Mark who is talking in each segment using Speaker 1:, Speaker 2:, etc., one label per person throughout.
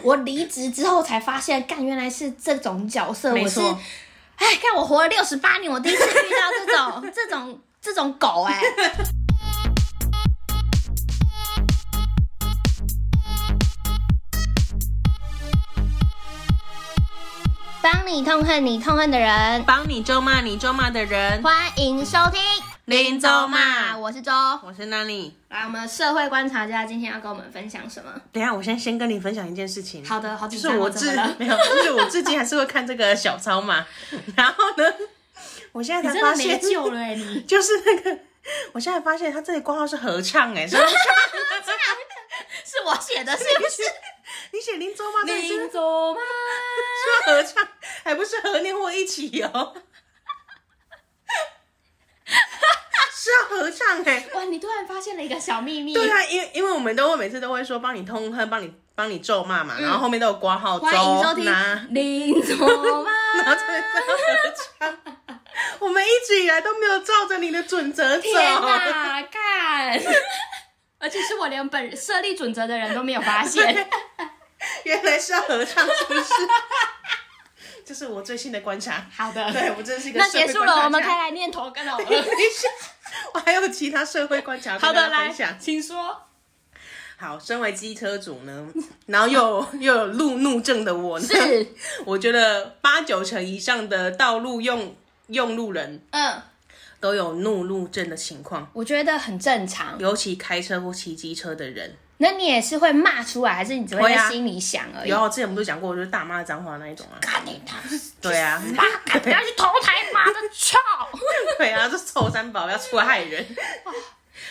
Speaker 1: 我离职之后才发现，干原来是这种角色，
Speaker 2: 没
Speaker 1: 我是
Speaker 2: 错，
Speaker 1: 哎，看我活了六十八年，我第一次遇到这 种这种这种狗哎、帮你痛恨你痛恨的人，
Speaker 2: 帮你咒骂你咒骂的人，
Speaker 1: 欢迎收听
Speaker 2: 林咒骂。
Speaker 1: 我是周。
Speaker 2: 我是 Nani。
Speaker 1: 来，我们社会观察家今天要跟我们分享什么？
Speaker 2: 等一下，我先先跟你分享一件事情。
Speaker 1: 好的，好
Speaker 2: 就
Speaker 1: 紧
Speaker 2: 是
Speaker 1: 张哦，
Speaker 2: 我
Speaker 1: 怎
Speaker 2: 至
Speaker 1: 么了？
Speaker 2: 没有，就是我至今还是会看这个小抄 嘛。然后呢，我现在才发现，
Speaker 1: 救了哎、你
Speaker 2: 就是那个，我现在发现他这里挂号是合唱哎、欸，是合唱。
Speaker 1: 是我写的，是不 是？
Speaker 2: 你写林 州吗？这里是
Speaker 1: 临走吗？
Speaker 2: 是合唱，还不是合念或一起哦。 是要合唱哎、
Speaker 1: 哇，你突然发现了一个小秘密。
Speaker 2: 对啊，因为因为我们都会每次都会说帮你痛恨，帮你帮你咒骂嘛，然后后面都有挂号
Speaker 1: 嗯欢迎收
Speaker 2: 周
Speaker 1: 听
Speaker 2: 拿，
Speaker 1: 林总吗？
Speaker 2: 然后这边是要合唱。我们一直以来都没有照着你的准则 走，
Speaker 1: 天哪，干！而且是我连本设立准则的人都没有发 现。
Speaker 2: 原来是要合唱，是不是？ 这是我最新的观察。
Speaker 1: 好的，
Speaker 2: 对我真是一个
Speaker 1: 那
Speaker 2: 社会
Speaker 1: 结束
Speaker 2: 观察
Speaker 1: 了，我们
Speaker 2: 家
Speaker 1: 可以来念头跟 了。
Speaker 2: 等一下， 我还有其他社会观察要
Speaker 1: 好
Speaker 2: 跟
Speaker 1: 的，
Speaker 2: 大家
Speaker 1: 来
Speaker 2: 分享，。
Speaker 1: 请说。
Speaker 2: 好，身为机车主呢，然后又 又有路怒症的我呢，
Speaker 1: 是，
Speaker 2: 我觉得八九成以上的道路用用路人
Speaker 1: 嗯，
Speaker 2: 都有怒路症的情况，
Speaker 1: 我觉得很正常。
Speaker 2: 尤其开车或骑机车的人。
Speaker 1: 那你也是会骂出来，还是你只会
Speaker 2: 会
Speaker 1: 在
Speaker 2: 啊
Speaker 1: 心里想而已？
Speaker 2: 有啊，之前不是讲过，就是大骂脏话那一种 啊。
Speaker 1: 干你他
Speaker 2: 对啊，
Speaker 1: 妈，赶快去投胎，妈的操！
Speaker 2: 对啊，这臭三宝要出来 害人。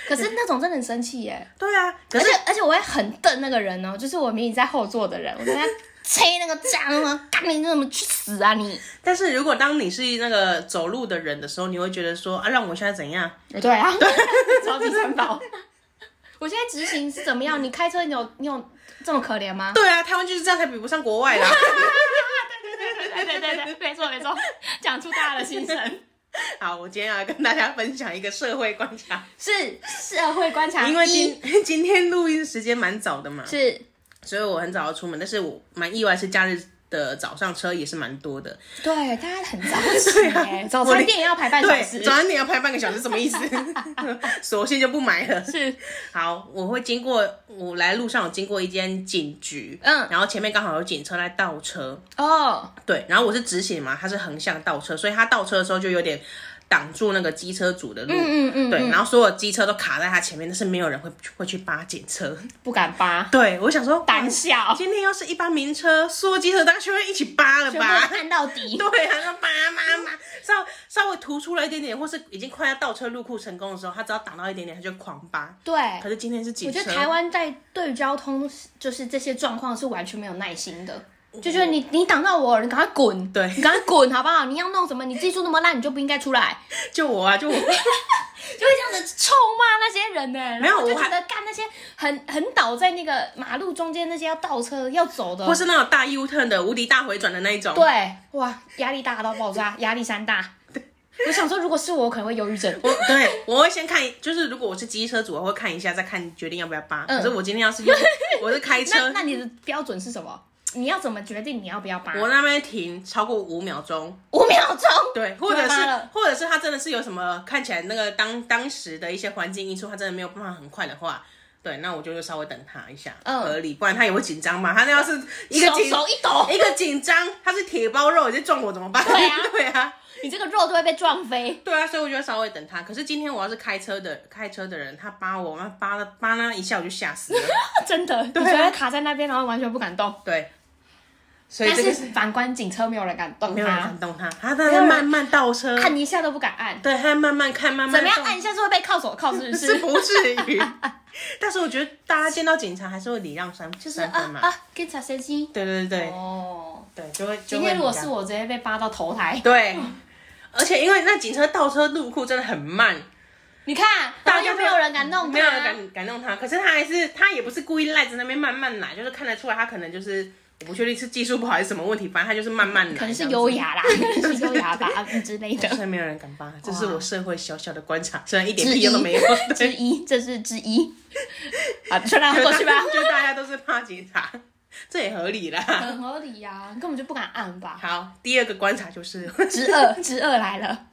Speaker 1: 可是那种真的很生气耶，
Speaker 2: 对啊，可
Speaker 1: 而
Speaker 2: 是
Speaker 1: 且而且我会很瞪那个人哦，就是我明明在后座的人，我跟他吹那个脏啊，干你怎么去死啊你？
Speaker 2: 但是如果当你是那个走路的人的时候，你会觉得说啊，让我现在怎样？
Speaker 1: 对 啊，超级三宝。 我现在执行是怎么样？你开车你有你有这么可怜吗？
Speaker 2: 对啊，台湾就是这样才比不上国 外啦。
Speaker 1: 对对对对，没错没错， 讲出大家的心声。
Speaker 2: 好，我今天要来跟大家分享一个社会观察，
Speaker 1: 是社会观啊察一，
Speaker 2: 因为今 今天录音时间蛮早的嘛，
Speaker 1: 是
Speaker 2: 所以我很早要出门，但是我蛮意外是假日的早上车也是蛮多的，
Speaker 1: 对大家很早起耶，啊早餐店也要排半小
Speaker 2: 对，
Speaker 1: 时，
Speaker 2: 早上你要拍半个小时什么 意思？索性就不买了。
Speaker 1: 是
Speaker 2: 好，我会经过，我来路上有经过一间警局，
Speaker 1: 嗯
Speaker 2: 然后前面刚好有警车来倒车，
Speaker 1: 哦，
Speaker 2: 对，然后我是直行嘛，它是横向倒车，所以它倒车的时候就有点挡住那个机车主的路，
Speaker 1: 嗯嗯嗯，
Speaker 2: 对，然后所有机车都卡在他前面，但是没有人会会去扒警 车。
Speaker 1: 不敢扒，
Speaker 2: 对，我想说，
Speaker 1: 胆
Speaker 2: 哇
Speaker 1: 小，
Speaker 2: 今天要是一般名车，所有机车大家全会一起扒了
Speaker 1: 全部
Speaker 2: 吧？
Speaker 1: 按到底。
Speaker 2: 对啊，那扒扒扒，稍稍微突出了一点点，或是已经快要倒车入库成功的时候，他只要挡到一点点，他就狂扒。
Speaker 1: 对，
Speaker 2: 可是今天是警
Speaker 1: 我
Speaker 2: 车，
Speaker 1: 觉得台湾在对于交通就是这些状况是完全没有耐心的，就觉得你你挡到我了，你赶快滚，
Speaker 2: 对
Speaker 1: 你赶快滚好不好？你要弄什么？你技术那么烂，你就不应该出来，
Speaker 2: 就我啊，就我，
Speaker 1: 就会这样子臭骂那些人呢、
Speaker 2: 没
Speaker 1: 然
Speaker 2: 有
Speaker 1: 后就
Speaker 2: 我
Speaker 1: 觉
Speaker 2: 还
Speaker 1: 得干那些很很倒在那个马路中间那些要倒车要走的
Speaker 2: 或，是那种大 U turn 的无敌大回转的那一种。
Speaker 1: 对，哇，压力大到爆 炸，压力山大。我想说，如果是我，我可能会忧郁症。
Speaker 2: 我对，我会先看，就是如果我是机车主，我会看一下，再看决定要不要扒。
Speaker 1: 嗯
Speaker 2: 可是我今天要是用，我是开车
Speaker 1: 那，那你的标准是什么？你要怎么决定你要不要扒？
Speaker 2: 我那边停超过五秒钟，
Speaker 1: 五秒钟，
Speaker 2: 对，或
Speaker 1: 就
Speaker 2: 者
Speaker 1: 要
Speaker 2: 是
Speaker 1: 扒了
Speaker 2: 或者是他真的是有什么看起来那个当当时的一些环境因素，他真的没有办法很快的话，对，那我就稍微等他一下，
Speaker 1: 嗯
Speaker 2: 合理，不然他也会紧张嘛。他那 要是一个
Speaker 1: 手
Speaker 2: 紧
Speaker 1: 手一抖，
Speaker 2: 一个紧张，他是铁包肉，你就撞我怎么办？
Speaker 1: 对啊
Speaker 2: 对啊，
Speaker 1: 你这个肉都会被撞飞。
Speaker 2: 对啊，所以我就会稍微等他。可是今天我要是开车的开车的人，他扒我，那扒了扒那一下我就吓死了，
Speaker 1: 真的，你
Speaker 2: 对啊
Speaker 1: 觉得卡在那边，然后完全不敢动。
Speaker 2: 对，所 以
Speaker 1: 但
Speaker 2: 这个
Speaker 1: 是
Speaker 2: 是
Speaker 1: 反观警车，没有人敢动
Speaker 2: 没有人敢
Speaker 1: 它，
Speaker 2: 动他，他在那慢慢倒车，
Speaker 1: 按一下都不敢按。
Speaker 2: 对，他在慢慢看，慢慢
Speaker 1: 怎么样
Speaker 2: 动
Speaker 1: 按一下是会被铐手铐，是不 啊
Speaker 2: 是
Speaker 1: 是？
Speaker 2: 不至于。但是我觉得大家见到警察还是会礼让三
Speaker 1: 就是
Speaker 2: 三分
Speaker 1: 啊
Speaker 2: 嘛。
Speaker 1: 啊，警察先生。
Speaker 2: 对对对、
Speaker 1: 哦，
Speaker 2: 对，就会就
Speaker 1: 今
Speaker 2: 会
Speaker 1: 天如果
Speaker 2: 礼让
Speaker 1: 是我，直接被扒到头台。
Speaker 2: 对，而且因为那警车倒车入库真的很慢，
Speaker 1: 你看，
Speaker 2: 大
Speaker 1: 大
Speaker 2: 家
Speaker 1: 家
Speaker 2: 都
Speaker 1: 没有人敢啊动它，
Speaker 2: 没有人敢敢弄他。可是他还是他也不是故意赖着那边慢慢来，就是看得出来他可能就是我不确定是技术不好还是什么问题，反正他就是慢慢来，
Speaker 1: 可能
Speaker 2: 这
Speaker 1: 是
Speaker 2: 样子
Speaker 1: 优。雅 啦，可能是优雅吧嗯之类的。
Speaker 2: 所以没有人敢帮他，这是
Speaker 1: 哇
Speaker 2: 我社会小小的观察，虽然一点
Speaker 1: 之
Speaker 2: 屁用都
Speaker 1: 一
Speaker 2: 没有。对
Speaker 1: 之一，这是之一。啊，就让它过去吧。
Speaker 2: 就大家都是怕警察。这也合理啦。
Speaker 1: 很合理呀、你根本就不敢按吧。
Speaker 2: 好，第二个观察就是，
Speaker 1: 之 二，之二来了，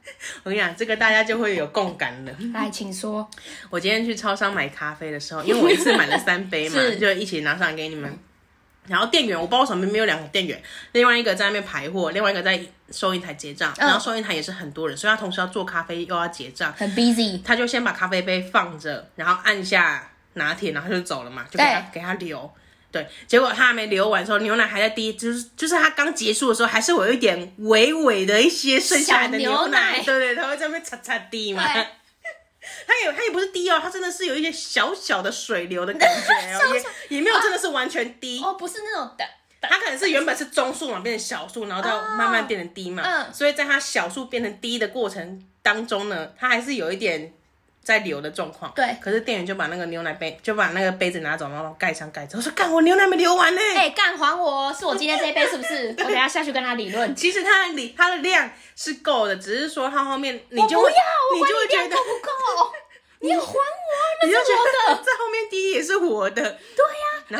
Speaker 2: 我跟你讲，哎这个大家就会有共感了。
Speaker 1: 来，请说。
Speaker 2: 我今天去超商买咖啡的时候，因为我一次买了三杯 嘛
Speaker 1: 是，
Speaker 2: 就一起拿上来给你们。然后店员我不知道为什么没有两个店员，另外一个在那边排货，另外一个在收银台结账。
Speaker 1: 嗯
Speaker 2: 然后收银台也是很多人，所以他同时要做咖啡又要结账，
Speaker 1: 很 busy，
Speaker 2: 他就先把咖啡杯放着，然后按下拿铁，然后他就走了嘛，就给他
Speaker 1: 对
Speaker 2: 给他留。对，结果他还没流完的时候，牛奶还在滴，就是就是他刚结束的时候，还是会有一点微微的一些剩下来的
Speaker 1: 小牛奶
Speaker 2: 对对，他会在那边擦擦滴嘛。
Speaker 1: 对，
Speaker 2: 它也它也不是滴哦，它真的是有一些小小的水流的感觉 哦，也也没有真的是完全滴，
Speaker 1: 哦，不是那种的，
Speaker 2: 它可能是原本是中速嘛，变成小速，然后再慢慢变成低嘛。
Speaker 1: 哦嗯
Speaker 2: 所以在它小速变成低的过程当中呢，它还是有一点在流的状况。
Speaker 1: 对
Speaker 2: 可是店员就把那个牛奶杯就把那个杯子拿走，然后盖上盖子。我说干，我牛奶没流完呢、
Speaker 1: 哎、干还我，是我今天这一杯是不 是？我等一下下去跟他理论。
Speaker 2: 其实它的里它的量是够的，只是说它后面你
Speaker 1: 我
Speaker 2: 就
Speaker 1: 不
Speaker 2: 会
Speaker 1: 要，我
Speaker 2: 你
Speaker 1: 管
Speaker 2: 就会
Speaker 1: 你
Speaker 2: 觉
Speaker 1: 量
Speaker 2: 得
Speaker 1: 够不够， 你要还我，那
Speaker 2: 你
Speaker 1: 是
Speaker 2: 就觉
Speaker 1: 我
Speaker 2: 得
Speaker 1: 的。
Speaker 2: 这后面滴也是我的。然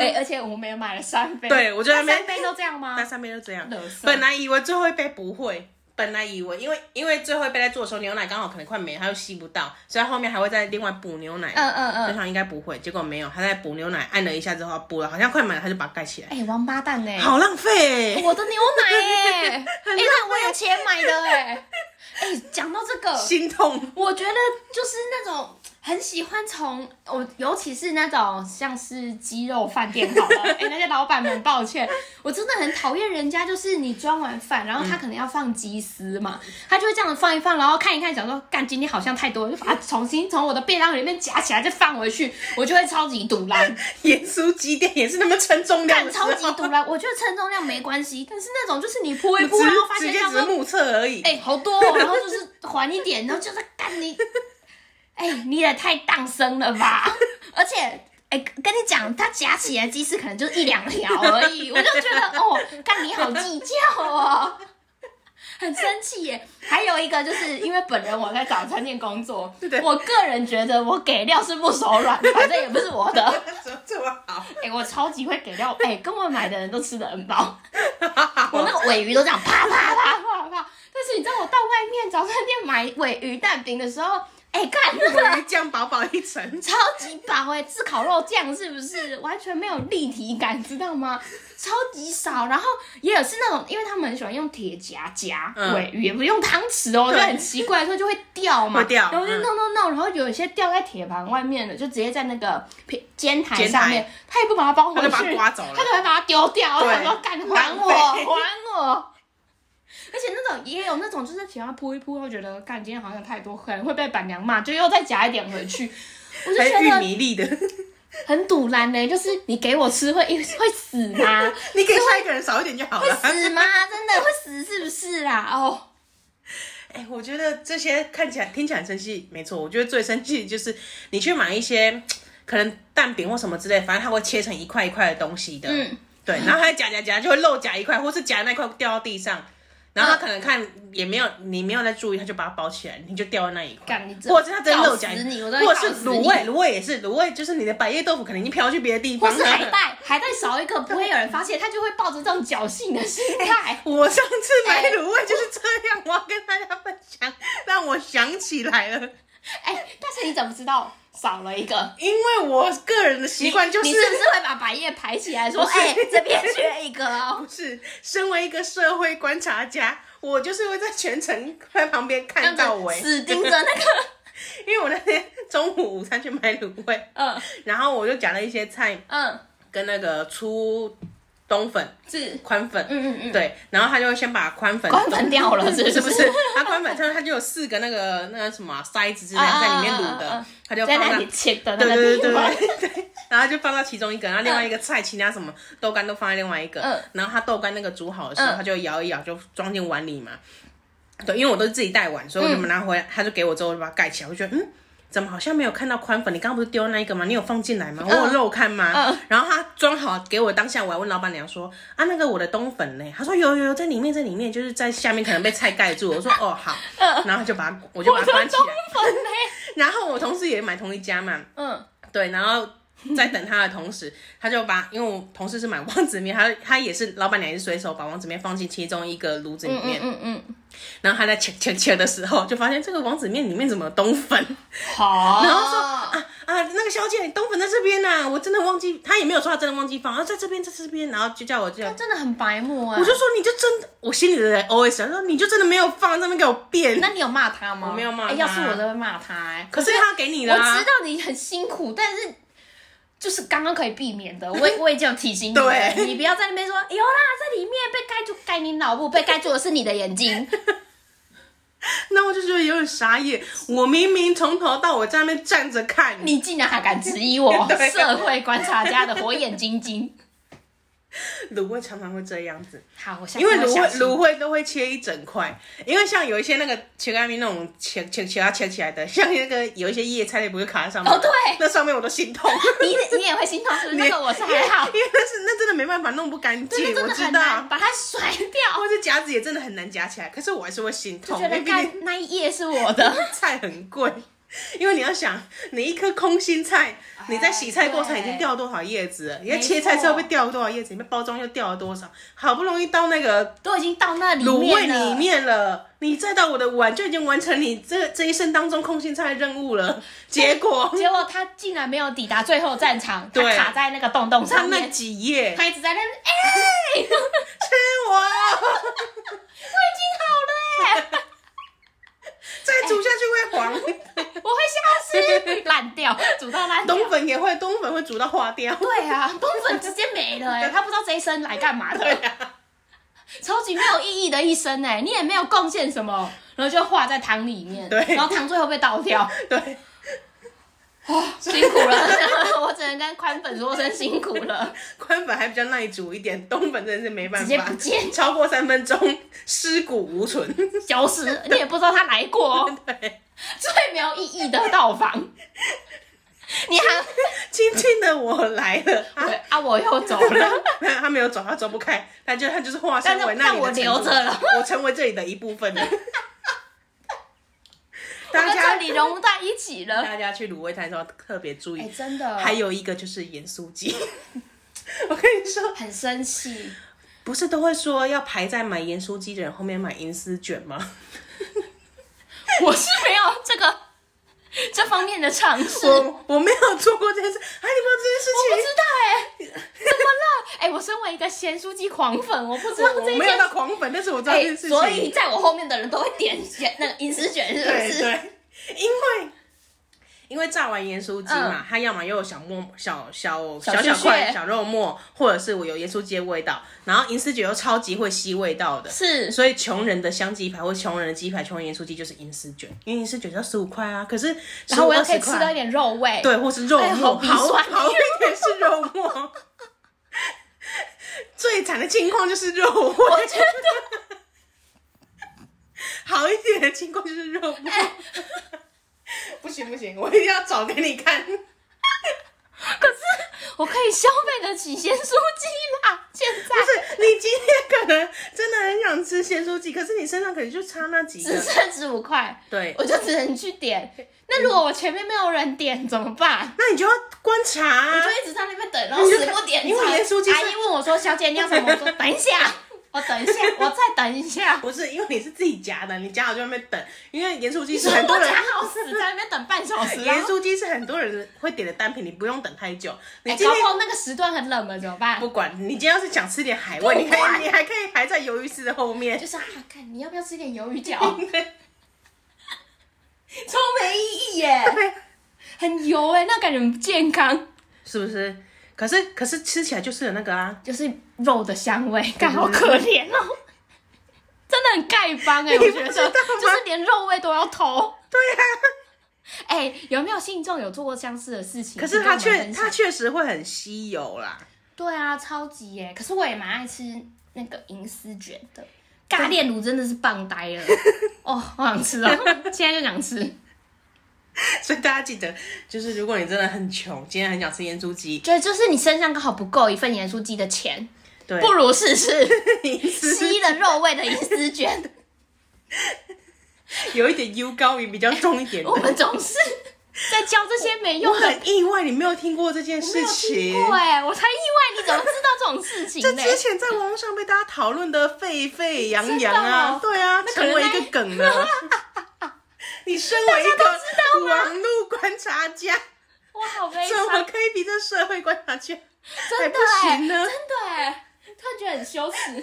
Speaker 1: 哎、
Speaker 2: 后
Speaker 1: 而且我们也买了三杯，
Speaker 2: 对我就在那边
Speaker 1: 三杯都这样吗
Speaker 2: 那？上面就这样
Speaker 1: 啊垃圾。
Speaker 2: 本来以为最后一杯不会，本来以为因为因为最后一杯在做的时候，牛奶刚好可能快没了，它又吸不到，所以它后面还会再另外补牛奶。
Speaker 1: 嗯嗯
Speaker 2: 我
Speaker 1: 嗯，
Speaker 2: 想应该不会，结果没有，他在补牛奶，按了一下之后补了，好像快满了，他就把它盖起来，
Speaker 1: 哎、王八蛋呢、
Speaker 2: 好浪费、欸。
Speaker 1: 我的牛奶哎、 哎、
Speaker 2: 很浪费
Speaker 1: 那我有钱买的哎、哎、讲到这个，
Speaker 2: 心痛。
Speaker 1: 我觉得就是那种很喜欢从我，尤其是那种像是鸡肉饭店好 了，哎、那些老板们，抱歉，我真的很讨厌人家，就是你装完饭，然后他可能要放鸡丝嘛，他就会这样放一放，然后看一看，想说干今天好像太多了，就把它重新从我的便当里面夹起来再放回去，我就会超级堵烂，
Speaker 2: 盐酥鸡店也是那么称重量
Speaker 1: 干
Speaker 2: 的时
Speaker 1: 超
Speaker 2: 候，
Speaker 1: 级堵烂。我觉得称重量没关系，但是那种就是你铺一铺，然后啊发
Speaker 2: 只
Speaker 1: 现
Speaker 2: 直接
Speaker 1: 这样
Speaker 2: 只是目测而已。
Speaker 1: 哎、好多、哦，然后就是还一点，然后就是干你，哎、你也太荡生了吧！而且，哎、跟你讲，它夹起来鸡翅可能就一两条而已，我就觉得哦，干你好计较哦。很生气耶！还有一个就是因为本人我在早餐店工作
Speaker 2: 对，
Speaker 1: 我个人觉得我给料是不手软，反正也不是我的。
Speaker 2: 怎么这么好？
Speaker 1: 哎、我超级会给料，哎、跟我买的人都吃的很饱，我那个尾鱼都这样啪啪啪啪啪。但是你知道我到外面早餐店买尾鱼蛋饼的时候，哎、干那个
Speaker 2: 鱼酱薄薄一层，
Speaker 1: 超级薄哎、吃烤肉酱是不是完全没有立体感，知道吗？超级少，然后也有是那种，因为他们很喜欢用铁夹夹
Speaker 2: 嗯
Speaker 1: 尾鱼，也不用汤匙哦，就
Speaker 2: 对
Speaker 1: 很奇怪，所以就会掉嘛，
Speaker 2: 会掉
Speaker 1: 然后就
Speaker 2: 嗯
Speaker 1: 弄弄弄，然后有一些掉在铁盘外面的，就直接在那个平煎台
Speaker 2: 煎
Speaker 1: 上
Speaker 2: 台
Speaker 1: 面，他也不把它包回
Speaker 2: 他
Speaker 1: 去，
Speaker 2: 就把它刮走了
Speaker 1: 他。就会把它丢掉，我
Speaker 2: 对
Speaker 1: 想说干还我
Speaker 2: 浪费
Speaker 1: 还我。而且那种也有那种，就是喜欢铺一铺，会觉得干今天好像太多，可能会被板娘骂，就又再夹一点回 去。我就
Speaker 2: 还
Speaker 1: 觉
Speaker 2: 有玉
Speaker 1: 得
Speaker 2: 米粒的，
Speaker 1: 很堵然呢、就是你给我吃会会死 吗？
Speaker 2: 你给下一个人少一点就好
Speaker 1: 会
Speaker 2: 了。
Speaker 1: 死 吗？真的会死是不是啊？哦，
Speaker 2: 哎、我觉得这些看起来听起来很生气，没错。我觉得最生气的就是你去买一些可能蛋饼或什么之类，反正它会切成一块一块的东西的，
Speaker 1: 嗯，
Speaker 2: 对，然后它夹夹夹就会漏夹一块，或是夹那块掉到地上，然后他
Speaker 1: 嗯
Speaker 2: 可能看也没有你没有在注意，他就把它包起来，你就掉在那一块。
Speaker 1: 干你这
Speaker 2: 或者是它真的漏夹
Speaker 1: 告
Speaker 2: 一
Speaker 1: 死你我
Speaker 2: 块，
Speaker 1: 真的
Speaker 2: 或
Speaker 1: 告
Speaker 2: 者
Speaker 1: 死你
Speaker 2: 是卤味，卤味也是卤味，就是你的百叶豆腐可能已经飘去别的地
Speaker 1: 或
Speaker 2: 方了。
Speaker 1: 是海带，海带少一个不会有人发现，他就会抱着这种侥幸的心态。
Speaker 2: 我上次买
Speaker 1: 哎
Speaker 2: 卤味就是这样，我要跟大家分享，让我想起来了。
Speaker 1: 哎、但是你怎么知道少了一个？
Speaker 2: 因为我个人的习惯就是
Speaker 1: 你是不是会把百叶排起来说，
Speaker 2: 不是
Speaker 1: 哎、这边缺一个哦？
Speaker 2: 不是，身为一个社会观察家，我就是会在全程在旁边
Speaker 1: 这样
Speaker 2: 看
Speaker 1: 子
Speaker 2: 到尾，
Speaker 1: 死盯着那个，
Speaker 2: 因为我那天中午午餐去买卤味，
Speaker 1: 嗯
Speaker 2: 然后我就夹了一些菜
Speaker 1: 嗯，
Speaker 2: 跟那个粗冬粉、
Speaker 1: 是，
Speaker 2: 宽粉，
Speaker 1: 嗯嗯嗯，
Speaker 2: 对，然后他就会先把宽粉
Speaker 1: 关门掉 了是不
Speaker 2: 是不是？他宽粉上它就有四个那个那个什么塞子之类
Speaker 1: 啊啊
Speaker 2: 在里面卤
Speaker 1: 啊啊
Speaker 2: 的
Speaker 1: 啊，
Speaker 2: 他就
Speaker 1: 在
Speaker 2: 放
Speaker 1: 那
Speaker 2: 到
Speaker 1: 里切的那
Speaker 2: 对
Speaker 1: 个
Speaker 2: 对
Speaker 1: 地
Speaker 2: 对
Speaker 1: 方，
Speaker 2: 对对对， 然后就放到其中一个，然后另外一个菜，其他什么豆干都放在另外一个，
Speaker 1: 嗯
Speaker 2: 然后它豆干那个煮好的时候，
Speaker 1: 嗯
Speaker 2: 它就摇一摇，就装进碗里嘛。对，因为我都是自己带碗，所以我就拿回来，他就给我之后我就把它盖起来，我就觉得嗯。怎么好像没有看到宽粉？你刚刚不是丢那一个吗？你有放进来吗？我有漏看吗？
Speaker 1: 嗯
Speaker 2: 然后他装好给我当下，我还问老板娘说啊，那个我的冬粉呢？他说有有有，在里面在里面，就是在下面可能被菜盖住。我说哦好，
Speaker 1: 嗯
Speaker 2: 然后就把它我就
Speaker 1: 我
Speaker 2: 把
Speaker 1: 说
Speaker 2: 它关起
Speaker 1: 中
Speaker 2: 来。
Speaker 1: 粉嘞，
Speaker 2: 然后我同事也买同一家嘛，
Speaker 1: 嗯，
Speaker 2: 对，然后在等他的同时，他就把因为我同事是买王子面，他他也是老板娘也是随手把王子面放进其中一个炉子里
Speaker 1: 嗯嗯
Speaker 2: 面，
Speaker 1: 嗯嗯，
Speaker 2: 然后他在切切切的时候，就发现这个王子面里面怎么有冬粉。
Speaker 1: 好。
Speaker 2: 然后说啊啊，那个小姐，冬粉在这边呐、我真的忘记，她也没有说她真的忘记放，啊，在这边，在这边，然后就叫我这样
Speaker 1: 他，真的很白目啊
Speaker 2: 我！就说你就真的，我心里的 OS 想说你就真的没有放，在那边给我变，
Speaker 1: 那你有骂他吗？
Speaker 2: 我没有骂
Speaker 1: 哎
Speaker 2: 他
Speaker 1: 要是我都会骂他、哎
Speaker 2: 可是她给你
Speaker 1: 我
Speaker 2: 的、
Speaker 1: 知
Speaker 2: 啊，
Speaker 1: 道你很辛苦，但是就是刚刚可以避免的，我 也我已经有提醒你了，
Speaker 2: 对
Speaker 1: 你不要在那边说有啦，这里面被盖住盖你脑部，被盖住的是你的眼 睛，
Speaker 2: 那我就觉得有点傻眼，我明明从头到尾在那边站着看，
Speaker 1: 你竟然还敢质疑我
Speaker 2: 对
Speaker 1: 社会观察家的火眼金睛。
Speaker 2: 芦荟常常会这样子，
Speaker 1: 好，我下次
Speaker 2: 因为
Speaker 1: 会
Speaker 2: 芦
Speaker 1: 小
Speaker 2: 荟
Speaker 1: 心
Speaker 2: 芦荟都会切一整块，因为像有一些那个切干面那种切切切啊它切起来的，像那个有一些叶菜类不是卡在上面，
Speaker 1: 哦对
Speaker 2: 那上面我都 心痛。
Speaker 1: 你你也会心痛，是不是
Speaker 2: 你
Speaker 1: 那个我是还好
Speaker 2: 因，为那是那真的没办法弄不干
Speaker 1: 这
Speaker 2: 净，
Speaker 1: 个真
Speaker 2: 我
Speaker 1: 的
Speaker 2: 知
Speaker 1: 很
Speaker 2: 道
Speaker 1: 难，把它甩掉，
Speaker 2: 或者夹子也真的很难夹起来，可是我还是会心
Speaker 1: 就
Speaker 2: 痛，
Speaker 1: 觉
Speaker 2: 因为
Speaker 1: 得
Speaker 2: 毕
Speaker 1: 盖
Speaker 2: 竟
Speaker 1: 那一页是我的。
Speaker 2: 菜很贵。因为你要想，你一颗空心菜，你在洗菜过程
Speaker 1: 哎
Speaker 2: 已经掉了多少叶子了？你在切菜之后被掉了多少叶子？你被包装又掉了多少？好不容易到那个
Speaker 1: 都已经到那里
Speaker 2: 卤味
Speaker 1: 面了，
Speaker 2: 里面了，你再到我的碗，就已经完成你这这一生当中空心菜的任务了。结果
Speaker 1: 结果他竟然没有抵达最后战场，他
Speaker 2: 对
Speaker 1: 卡在那个洞洞
Speaker 2: 他
Speaker 1: 上
Speaker 2: 那
Speaker 1: 面，
Speaker 2: 几页
Speaker 1: 他一直在那边，哎、
Speaker 2: 吃我，
Speaker 1: 我已经好了、哎，
Speaker 2: 再煮下去会黄。
Speaker 1: 我会消失，烂掉，煮到烂掉。
Speaker 2: 冬粉也会，冬粉会煮到化 掉。
Speaker 1: 对啊，冬粉直接没了哎、 他不知道这一生来干嘛
Speaker 2: 对
Speaker 1: 的，
Speaker 2: 啊，
Speaker 1: 超级没有意义的一生哎、你也没有贡献什么，然后就化在汤里面，
Speaker 2: 对
Speaker 1: 然后汤最后被倒掉，
Speaker 2: 对，
Speaker 1: 哦，辛苦了， 我只能跟宽粉说声辛苦了，
Speaker 2: 宽粉还比较耐煮一点，冬粉真的是没办
Speaker 1: 直接
Speaker 2: 法
Speaker 1: 不，见
Speaker 2: 超过三分钟尸骨无存。
Speaker 1: 消失，你也不知道他来过、哦。
Speaker 2: 对，
Speaker 1: 最没有意义的到访。你还
Speaker 2: 轻轻的我来了，啊，
Speaker 1: 啊，我又走了，
Speaker 2: 没 有他没有走，他走不开，他就他就是化身
Speaker 1: 但是
Speaker 2: 为那
Speaker 1: 但
Speaker 2: 里的
Speaker 1: 我
Speaker 2: 程
Speaker 1: 留
Speaker 2: 度
Speaker 1: 着了，
Speaker 2: 我成为这里的一部 分了。
Speaker 1: 我
Speaker 2: 大
Speaker 1: 跟这
Speaker 2: 家
Speaker 1: 里融不在一起了。
Speaker 2: 大家去卤味摊的时候特别注
Speaker 1: 哎、
Speaker 2: 意，
Speaker 1: 真的，
Speaker 2: 还有一个就是盐酥鸡。 我跟你说，
Speaker 1: 很生气，
Speaker 2: 不是都会说要排在买盐酥鸡的人后面买银丝卷吗？
Speaker 1: 我是没有这个这方面的尝试，我
Speaker 2: 我我没有做过这件事，哎，
Speaker 1: 不
Speaker 2: 你
Speaker 1: 知道哎、怎么了？哎、我身为一个咸酥鸡狂粉，我不知
Speaker 2: 不知道
Speaker 1: 道
Speaker 2: 这件事
Speaker 1: 这一
Speaker 2: 情？我没有
Speaker 1: 件哎
Speaker 2: 到狂粉，但是我知道这件事情。
Speaker 1: 所以在我后面的人都会点咸那个银丝卷， 是不
Speaker 2: 对
Speaker 1: 是？
Speaker 2: 对，因为因为炸完盐酥鸡嘛，它要么又有小沫、小小
Speaker 1: 嗯小
Speaker 2: 小小
Speaker 1: 屑
Speaker 2: 块
Speaker 1: 屑
Speaker 2: 小肉末，或者是我有盐酥鸡的味道，然后银丝卷又超级会吸味道的。
Speaker 1: 是
Speaker 2: 所以穷人的香鸡排或穷人的鸡排、穷人盐酥鸡就是银丝卷，因为银丝卷要十五块啊，可是然
Speaker 1: 然后我又可以
Speaker 2: 啊
Speaker 1: 吃到一点肉味，
Speaker 2: 对，或是肉末，
Speaker 1: 哎好鼻
Speaker 2: 好
Speaker 1: 酸
Speaker 2: 好一点是肉末。最惨的情况就是肉味，我觉得好一点的情况就是肉末。
Speaker 1: 哎
Speaker 2: 不行不行，我一定要找给你看。
Speaker 1: 可是我可以消费得起咸酥鸡啦，现在
Speaker 2: 不是你今天可能真的很想吃咸酥鸡，可是你身上可能就差那几
Speaker 1: 只
Speaker 2: 个。
Speaker 1: 剩十五块，
Speaker 2: 对，
Speaker 1: 我就只能去点。那如果我前面没有人点怎么办？
Speaker 2: 那你就要观察、
Speaker 1: 我
Speaker 2: 啊
Speaker 1: 就。一直在那边等，然后死不点
Speaker 2: 因为
Speaker 1: 餐
Speaker 2: 盐酥鸡是
Speaker 1: 阿姨问我说：“小姐，你要什么？”我说：“等一下，我等一下，我再等一下。
Speaker 2: 不是，因为你是自己夹的，你夹好就在那边等。因为盐酥”鸡
Speaker 1: 你
Speaker 2: 是
Speaker 1: 说
Speaker 2: 很多
Speaker 1: 我
Speaker 2: 人
Speaker 1: 夹好死，在那边等半 小时，然
Speaker 2: 哦盐
Speaker 1: 后
Speaker 2: 酥鸡是很多人会点的单品，你不用等太久。你
Speaker 1: 哎，
Speaker 2: 今
Speaker 1: 高
Speaker 2: 天、
Speaker 1: 峰那个时段很冷门怎么办？
Speaker 2: 不管，你今天要是想吃点海味，你可以，你还可以还在鱿鱼丝的后面
Speaker 1: 就。是啊，看你要不要吃点鱿鱼饺， 超没意义耶，很油哎，那感觉很不健康。
Speaker 2: 是不是？可是可是吃起来就是有那个啊，
Speaker 1: 就是肉的香味， 干好可怜哦，真的很丐帮 哎、我觉
Speaker 2: 你不
Speaker 1: 得
Speaker 2: 知道吗
Speaker 1: 就是连肉味都要偷。
Speaker 2: 对啊。
Speaker 1: 哎、有没有信众有做过相似的事情？
Speaker 2: 可是它
Speaker 1: 请跟我
Speaker 2: 确
Speaker 1: 们分享
Speaker 2: 它确实会很吸油啦。
Speaker 1: 对啊，超级耶、可是我也蛮爱吃那个银丝卷的，尬炼炉真的是棒呆 了哦，好想吃哦，现在就想吃，
Speaker 2: 所以大家记得，就是如果你真的很穷，今天很想吃盐酥鸡，
Speaker 1: 觉得就是你身上刚好不够一份盐酥鸡的钱，
Speaker 2: 对，
Speaker 1: 不如试试
Speaker 2: 你吃
Speaker 1: 吸了肉味的银丝卷，
Speaker 2: 有一点 U 高也比较重一点
Speaker 1: 我
Speaker 2: 的。
Speaker 1: 们总是在教这些没
Speaker 2: 我
Speaker 1: 用的
Speaker 2: 很意外你没有听过这件事情。
Speaker 1: 对，我才意外，你怎么知道这种事情
Speaker 2: 这
Speaker 1: 呢？
Speaker 2: 之前在网络上被大家讨论的沸沸扬扬
Speaker 1: 真的
Speaker 2: 啊
Speaker 1: 哦，
Speaker 2: 对啊，
Speaker 1: 那可
Speaker 2: 成
Speaker 1: 能
Speaker 2: 为一
Speaker 1: 在
Speaker 2: 个梗 了。你身为一
Speaker 1: 大家都
Speaker 2: 个网络观察家，
Speaker 1: 哇，好悲
Speaker 2: 怎
Speaker 1: 伤，
Speaker 2: 么可以比这社会观察家还
Speaker 1: 真的
Speaker 2: 不
Speaker 1: 哎，真
Speaker 2: 行呢？
Speaker 1: 的哎，突然觉得很羞耻。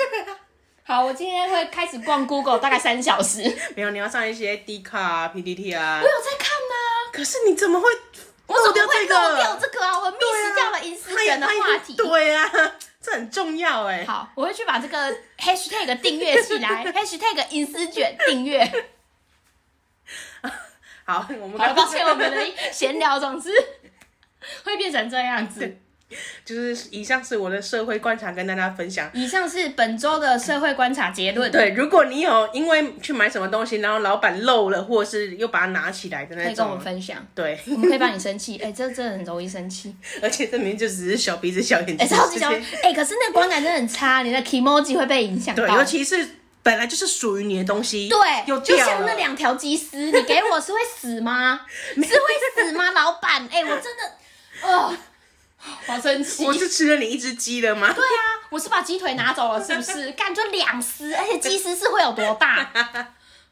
Speaker 1: 好，我今天会开始逛 Google 大概三小时。我
Speaker 2: 没有，你要上一些 D 卡啊、PPT 啊。
Speaker 1: 有在看吗？
Speaker 2: 可是你怎么会
Speaker 1: 我怎
Speaker 2: 漏
Speaker 1: 么
Speaker 2: 掉
Speaker 1: 会
Speaker 2: 这
Speaker 1: 漏掉
Speaker 2: 个？
Speaker 1: 这个啊？我 miss 掉了隐私
Speaker 2: 他
Speaker 1: 权
Speaker 2: 也
Speaker 1: 的
Speaker 2: 他也
Speaker 1: 话题。
Speaker 2: 对啊， 这很重要哎。
Speaker 1: 好，我会去把这个 hashtag 订阅起 来，hashtag 隐私卷订阅。
Speaker 2: 好，我们
Speaker 1: 好了，
Speaker 2: 刚
Speaker 1: 抱歉，我们的闲聊总是会变成这样子。
Speaker 2: 就是以上是我的社会观察跟大家分享。
Speaker 1: 以上是本周的社会观察结论。
Speaker 2: 对，如果你有因为去买什么东西，然后老板漏了，或是又把它拿起来的
Speaker 1: 可
Speaker 2: 那
Speaker 1: 以跟我
Speaker 2: 种
Speaker 1: 们，分享，
Speaker 2: 对，
Speaker 1: 我们可以帮你生气。哎、 这真的很容易生气。
Speaker 2: 而且这明明就只是小鼻子小眼睛，
Speaker 1: 哎、超级小，
Speaker 2: 就是
Speaker 1: 哎、可是那观感真的很差，你的 k i m o j i 会被影响到。
Speaker 2: 对，尤其是本来就是属于你的东西，又
Speaker 1: 对，就
Speaker 2: 掉
Speaker 1: 像那
Speaker 2: 了，
Speaker 1: 两条鸡丝，你给我是会死吗？ 是会死吗，老板？哎、我真的，哦，好生气。
Speaker 2: 我是吃了你一只鸡了吗？
Speaker 1: 对啊，我是把鸡腿拿走了，是不是？干就两丝，而且鸡丝是会有多大？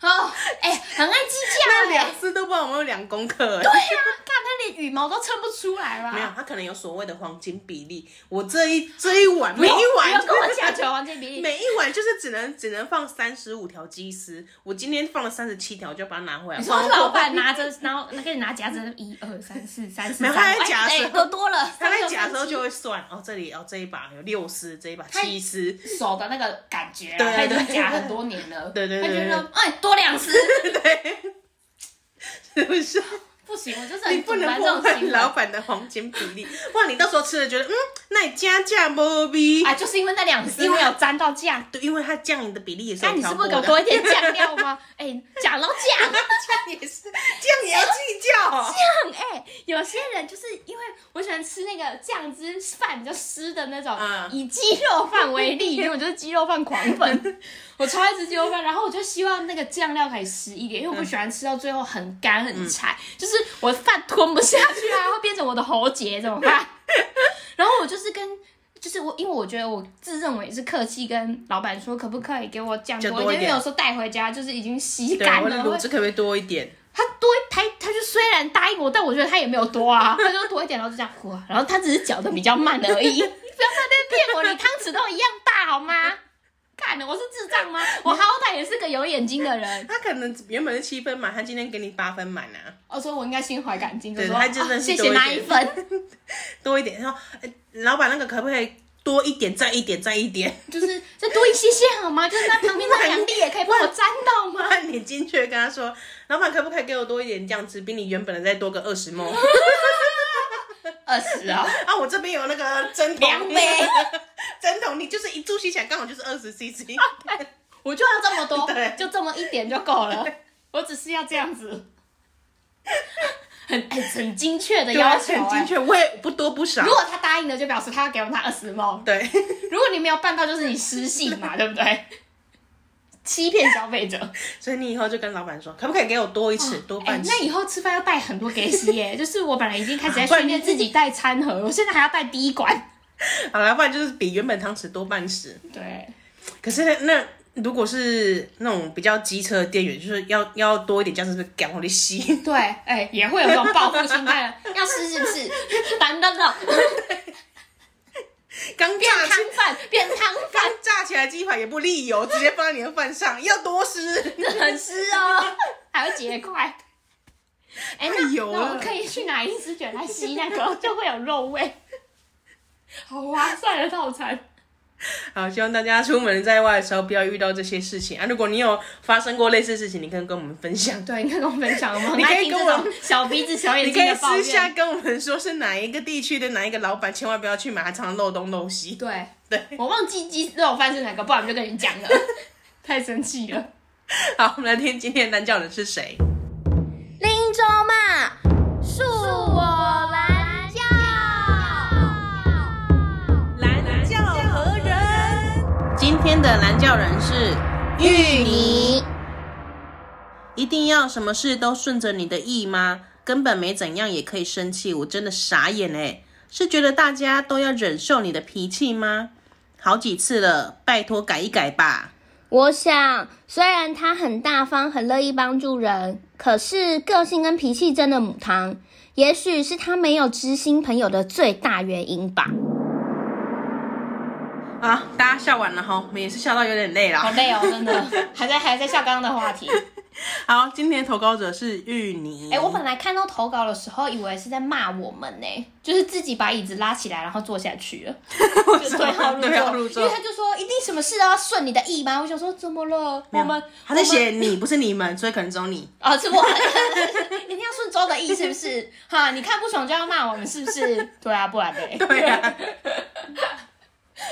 Speaker 1: 哦，哎、很爱计
Speaker 2: 那
Speaker 1: 较哎、
Speaker 2: 两只都不知道有没有两公克、
Speaker 1: 对
Speaker 2: 哎
Speaker 1: 呀、啊，看他连羽毛都撑不出来啦。
Speaker 2: 没有，它可能有所谓的黄金比例。我这一这一碗，每
Speaker 1: 不要，
Speaker 2: 一碗
Speaker 1: 不要跟我强求王建比例。
Speaker 2: 每一碗就是只能只能放三十五条鸡丝，我今天放了三十七条，就把它拿回来。
Speaker 1: 你说
Speaker 2: 放
Speaker 1: 老板拿着，然后给你拿夹子，一二三四三四
Speaker 2: 没
Speaker 1: 三，
Speaker 2: 有他在
Speaker 1: 哎
Speaker 2: 夹的时候
Speaker 1: 哎多多了，
Speaker 2: 他在夹
Speaker 1: 夹
Speaker 2: 的时候就会算哦，这里哦这一把有六丝，这一把七丝，
Speaker 1: 手的那个感觉、啊，
Speaker 2: 对
Speaker 1: 他已
Speaker 2: 对
Speaker 1: 经夹很多年了，
Speaker 2: 对对对对
Speaker 1: 他觉得哎多两丝
Speaker 2: 是不是？
Speaker 1: 不行，我就是
Speaker 2: 你
Speaker 1: 很
Speaker 2: 不
Speaker 1: 不
Speaker 2: 能
Speaker 1: 能这
Speaker 2: 破坏
Speaker 1: 种行为
Speaker 2: 老板的黄金比例，哇！你到时候吃了觉得嗯，那你加价不 比？
Speaker 1: 啊，就是因为那两丝没有沾到酱，
Speaker 2: 对，因为它酱的比例也是
Speaker 1: 那
Speaker 2: 有
Speaker 1: 你是
Speaker 2: 调
Speaker 1: 不
Speaker 2: 过
Speaker 1: 是
Speaker 2: 的。
Speaker 1: 给我多一点酱料吗？ 哎、讲到酱
Speaker 2: 酱也是，酱也要计较哦。
Speaker 1: 酱，哎、有些人就是因为我喜欢吃那个酱汁饭比较湿的那种，
Speaker 2: 嗯
Speaker 1: 以鸡肉饭为例，因为我就是鸡肉饭狂 粉，我超爱吃鸡肉饭，然后我就希望那个酱料可以湿一点，因为我不喜欢吃到最后很干很柴，就是我饭吞不下去啊，会变成我的喉结怎么 办？然后我就是跟。就是我，因为我觉得我自认为是客气，跟老板说可不可以给我酱
Speaker 2: 就
Speaker 1: 多
Speaker 2: 多一
Speaker 1: 因为有
Speaker 2: 点
Speaker 1: 时候带回家就是已经吸
Speaker 2: 对，
Speaker 1: 干
Speaker 2: 我
Speaker 1: 了，
Speaker 2: 的
Speaker 1: 会
Speaker 2: 卤汁可不可以多一点？
Speaker 1: 他多他他就虽然答应我，但我觉得他也没有多 啊，他就多一点，然后就这样哇，然后他只是搅的比较慢而 已，不要在那边骗我，你汤匙都一样大好 吗？干了，我是智障吗？我好歹也是个有眼睛的 人，
Speaker 2: 他可能原本是七分满，他今天给你八分满啊，
Speaker 1: 我哦说我应该心怀感激，就
Speaker 2: 对
Speaker 1: 说
Speaker 2: 他真的
Speaker 1: 啊
Speaker 2: 是
Speaker 1: 谢
Speaker 2: 多
Speaker 1: 谢
Speaker 2: 一
Speaker 1: 那
Speaker 2: 点
Speaker 1: 一分，
Speaker 2: 多一点。然后，哎老板那个可不可以多一点，再一点，再一点？
Speaker 1: 就是再多一些些好吗？就是那旁边那两粒也可以帮我沾到吗？
Speaker 2: 那你进去跟他说，老板可不可以给我多一点酱汁，比你原本的再多个二十毛？
Speaker 1: 二十啊，
Speaker 2: 啊，我这边有那个针筒，
Speaker 1: 量杯，
Speaker 2: 针筒，你就是一注吸起来刚好就是二十 CC，
Speaker 1: 啊哎我就要这么多
Speaker 2: 对，
Speaker 1: 就这么一点就够了， 我只是要这样子。 很很很精确的
Speaker 2: 对
Speaker 1: 要
Speaker 2: 啊，
Speaker 1: 求、
Speaker 2: 很
Speaker 1: 哎
Speaker 2: 精确，我也不多不少
Speaker 1: 如，果他答应了，就表示他要给我们他二十毛。
Speaker 2: 对，
Speaker 1: 如果你没有办到，就是你失信嘛，对不对？欺骗消费者。
Speaker 2: 所以你以后就跟老板说，可不可以给我多一匙，多
Speaker 1: 哎、
Speaker 2: 半匙？
Speaker 1: 那以后吃饭要带很多给洗耶。就是我本来已经开始在
Speaker 2: 不然
Speaker 1: 训练自己带餐盒，我现在还要带滴管。
Speaker 2: 好了，不然就是比原本汤匙多半匙。
Speaker 1: 对，
Speaker 2: 可是那那如果是那种比较机车的店员，就是要要多一点酱汁，是不是赶我的吸？
Speaker 1: 对，哎、也会有这种报复心态了，要吃是不是？等等等，
Speaker 2: 刚
Speaker 1: 变
Speaker 2: 炸
Speaker 1: 汤
Speaker 2: 起
Speaker 1: 饭，变汤
Speaker 2: 刚
Speaker 1: 饭，
Speaker 2: 炸起来鸡排也不沥油，直接放在你的饭上，要 多湿。
Speaker 1: 真的很湿哦，还会结块。哎、那
Speaker 2: 太油
Speaker 1: 那我们
Speaker 2: 了
Speaker 1: 可以去哪一只卷来吸那个，就会有肉味，好划算的套餐。
Speaker 2: 好，希望大家出门在外的时候不要遇到这些事情啊！如果你有发生过类似的事情，你可以跟我们分享，
Speaker 1: 对，你可以跟我们分享，我们很
Speaker 2: 你可以
Speaker 1: 爱听这
Speaker 2: 跟我
Speaker 1: 种小鼻子小眼
Speaker 2: 你
Speaker 1: 睛
Speaker 2: 可以
Speaker 1: 的抱
Speaker 2: 私下
Speaker 1: 怨。
Speaker 2: 跟我们说是哪一个地区的哪一个老板，千万不要去买，他常常漏东漏西。
Speaker 1: 对，
Speaker 2: 对，
Speaker 1: 我忘记鸡肉饭是哪个，不然我就跟你讲了， 太生气了。
Speaker 2: 好，我们来听今天的单教人是谁。
Speaker 3: 林州嘛，恕我蓝教。
Speaker 2: 蓝教何人？今天的蓝教人是芋泥。一定要什么事都顺着你的意吗？根本没怎样也可以生气，我真的傻眼哎、是觉得大家都要忍受你的脾气吗？好几次了，拜托改一改吧。
Speaker 3: 我想，虽然他很大方，很乐意帮助人，可是个性跟脾气真的母汤，也许是他没有知心朋友的最大原因吧。
Speaker 2: 啊，大家笑完了哈，我们也是笑到有点累
Speaker 1: 好
Speaker 2: 啦。
Speaker 1: 累哦， 真的，还在还在笑刚刚的话题。
Speaker 2: 好，今天的投稿者是芋泥。
Speaker 1: 哎、我本来看到投稿的时候，以为是在骂我们呢、就是自己把椅子拉起来，然后坐下去 了，就 对号入座。
Speaker 2: 对号入座
Speaker 1: 因为他就说一定什么事都要顺你的意吗？我想说怎么了？我
Speaker 2: 没有
Speaker 1: 们
Speaker 2: 他在
Speaker 1: 我们
Speaker 2: 写你，不是你们，所以可能只有你。
Speaker 1: 啊，是我 一定要顺周的意是不是？哈，你看不爽就要骂我们是不是？对啊，不然嘞，
Speaker 2: 对啊。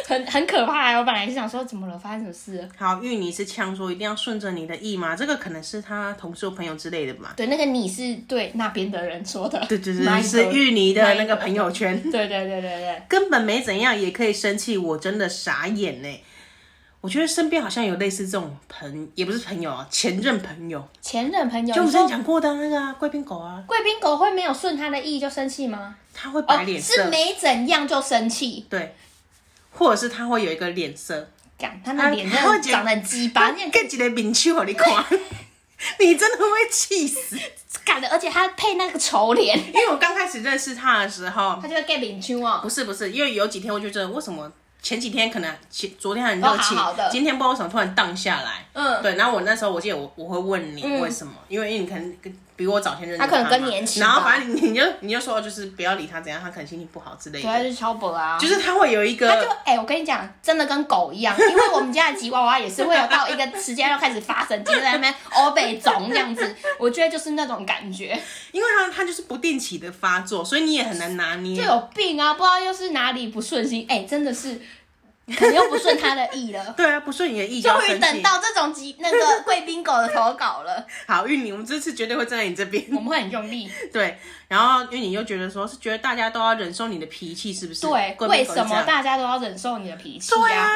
Speaker 1: 很很可怕、欸。我本来是想说怎么了，发生什么事了？
Speaker 2: 好，芋泥是呛说一定要顺着你的意吗？这个可能是他同事或朋友之类的吧。
Speaker 1: 对，那个你是对那边的人说的，
Speaker 2: 对对
Speaker 1: 哪
Speaker 2: 对，
Speaker 1: 一个
Speaker 2: 是芋泥的那
Speaker 1: 哪一个
Speaker 2: 个朋友圈，
Speaker 1: 对对对对对。
Speaker 2: 根本没怎样也可以生气，我真的傻眼呢。我觉得身边好像有类似这种朋，也不是朋友啊，前任朋友，
Speaker 1: 前任朋友，
Speaker 2: 就我
Speaker 1: 你
Speaker 2: 们之前
Speaker 1: 说
Speaker 2: 讲过的啊那个啊，贵宾狗啊，
Speaker 1: 贵宾狗会没有顺他的意就生气吗？
Speaker 2: 他会
Speaker 1: 哦
Speaker 2: 摆，脸色，
Speaker 1: 是没怎样就生气，
Speaker 2: 对，或者是他会有一个脸色，
Speaker 1: 干他那脸真
Speaker 2: 他会
Speaker 1: 的
Speaker 2: 觉得
Speaker 1: 长得很鸡巴，那
Speaker 2: 跟几个面手给你看， 你真的会气死。
Speaker 1: 干的，而且他配那个丑脸，
Speaker 2: 因为我刚开始认识他的时 候
Speaker 1: 他，就会 get 领秋哦
Speaker 2: 不。是不是，因为有几天我就觉得为什么前几天可能前昨天很热
Speaker 1: 哦
Speaker 2: 情，
Speaker 1: 好好的
Speaker 2: 今天不知道为什么突然荡下来。
Speaker 1: 嗯
Speaker 2: 对，然后我那时候我记得我我会问你
Speaker 1: 嗯
Speaker 2: 为什么，因为因为你可能跟比我早先认识
Speaker 1: 他可能
Speaker 2: 嘛
Speaker 1: 更年轻吧
Speaker 2: 然后反正你你就你就说就是不要理他怎样，他可能心情不好之类
Speaker 1: 对，他
Speaker 2: 的，
Speaker 1: 就是超博啊，
Speaker 2: 就是 他会有一
Speaker 1: 他就
Speaker 2: 个。
Speaker 1: 哎、我跟你讲，真的跟狗一样，因为我们家的吉娃娃也是会有到一个时间要开始发神经，就在那边欧北肿这样子，我觉得就是那种感觉，
Speaker 2: 因为他他就是不定期的发作，所以你也很难拿捏。
Speaker 1: 就有病啊，不知道又是哪里不顺心，哎、真的是，可能又不顺他的意 了。
Speaker 2: 对啊，不顺你的意就要
Speaker 1: 终于
Speaker 2: 生
Speaker 1: 等
Speaker 2: 气。
Speaker 1: 到这种吉那个贵宾狗的投稿 了，
Speaker 2: 好，玉女，我们这次绝对会站在你这边。
Speaker 1: 我们会很用力。
Speaker 2: 对，然后玉女又觉得说是觉得大家都要忍受你的脾气，是不是？
Speaker 1: 对，
Speaker 2: 贵
Speaker 1: 为
Speaker 2: 宾狗是
Speaker 1: 什
Speaker 2: 这
Speaker 1: 么
Speaker 2: 样
Speaker 1: 大家都要忍受你的脾气
Speaker 2: 对啊
Speaker 1: 呀？？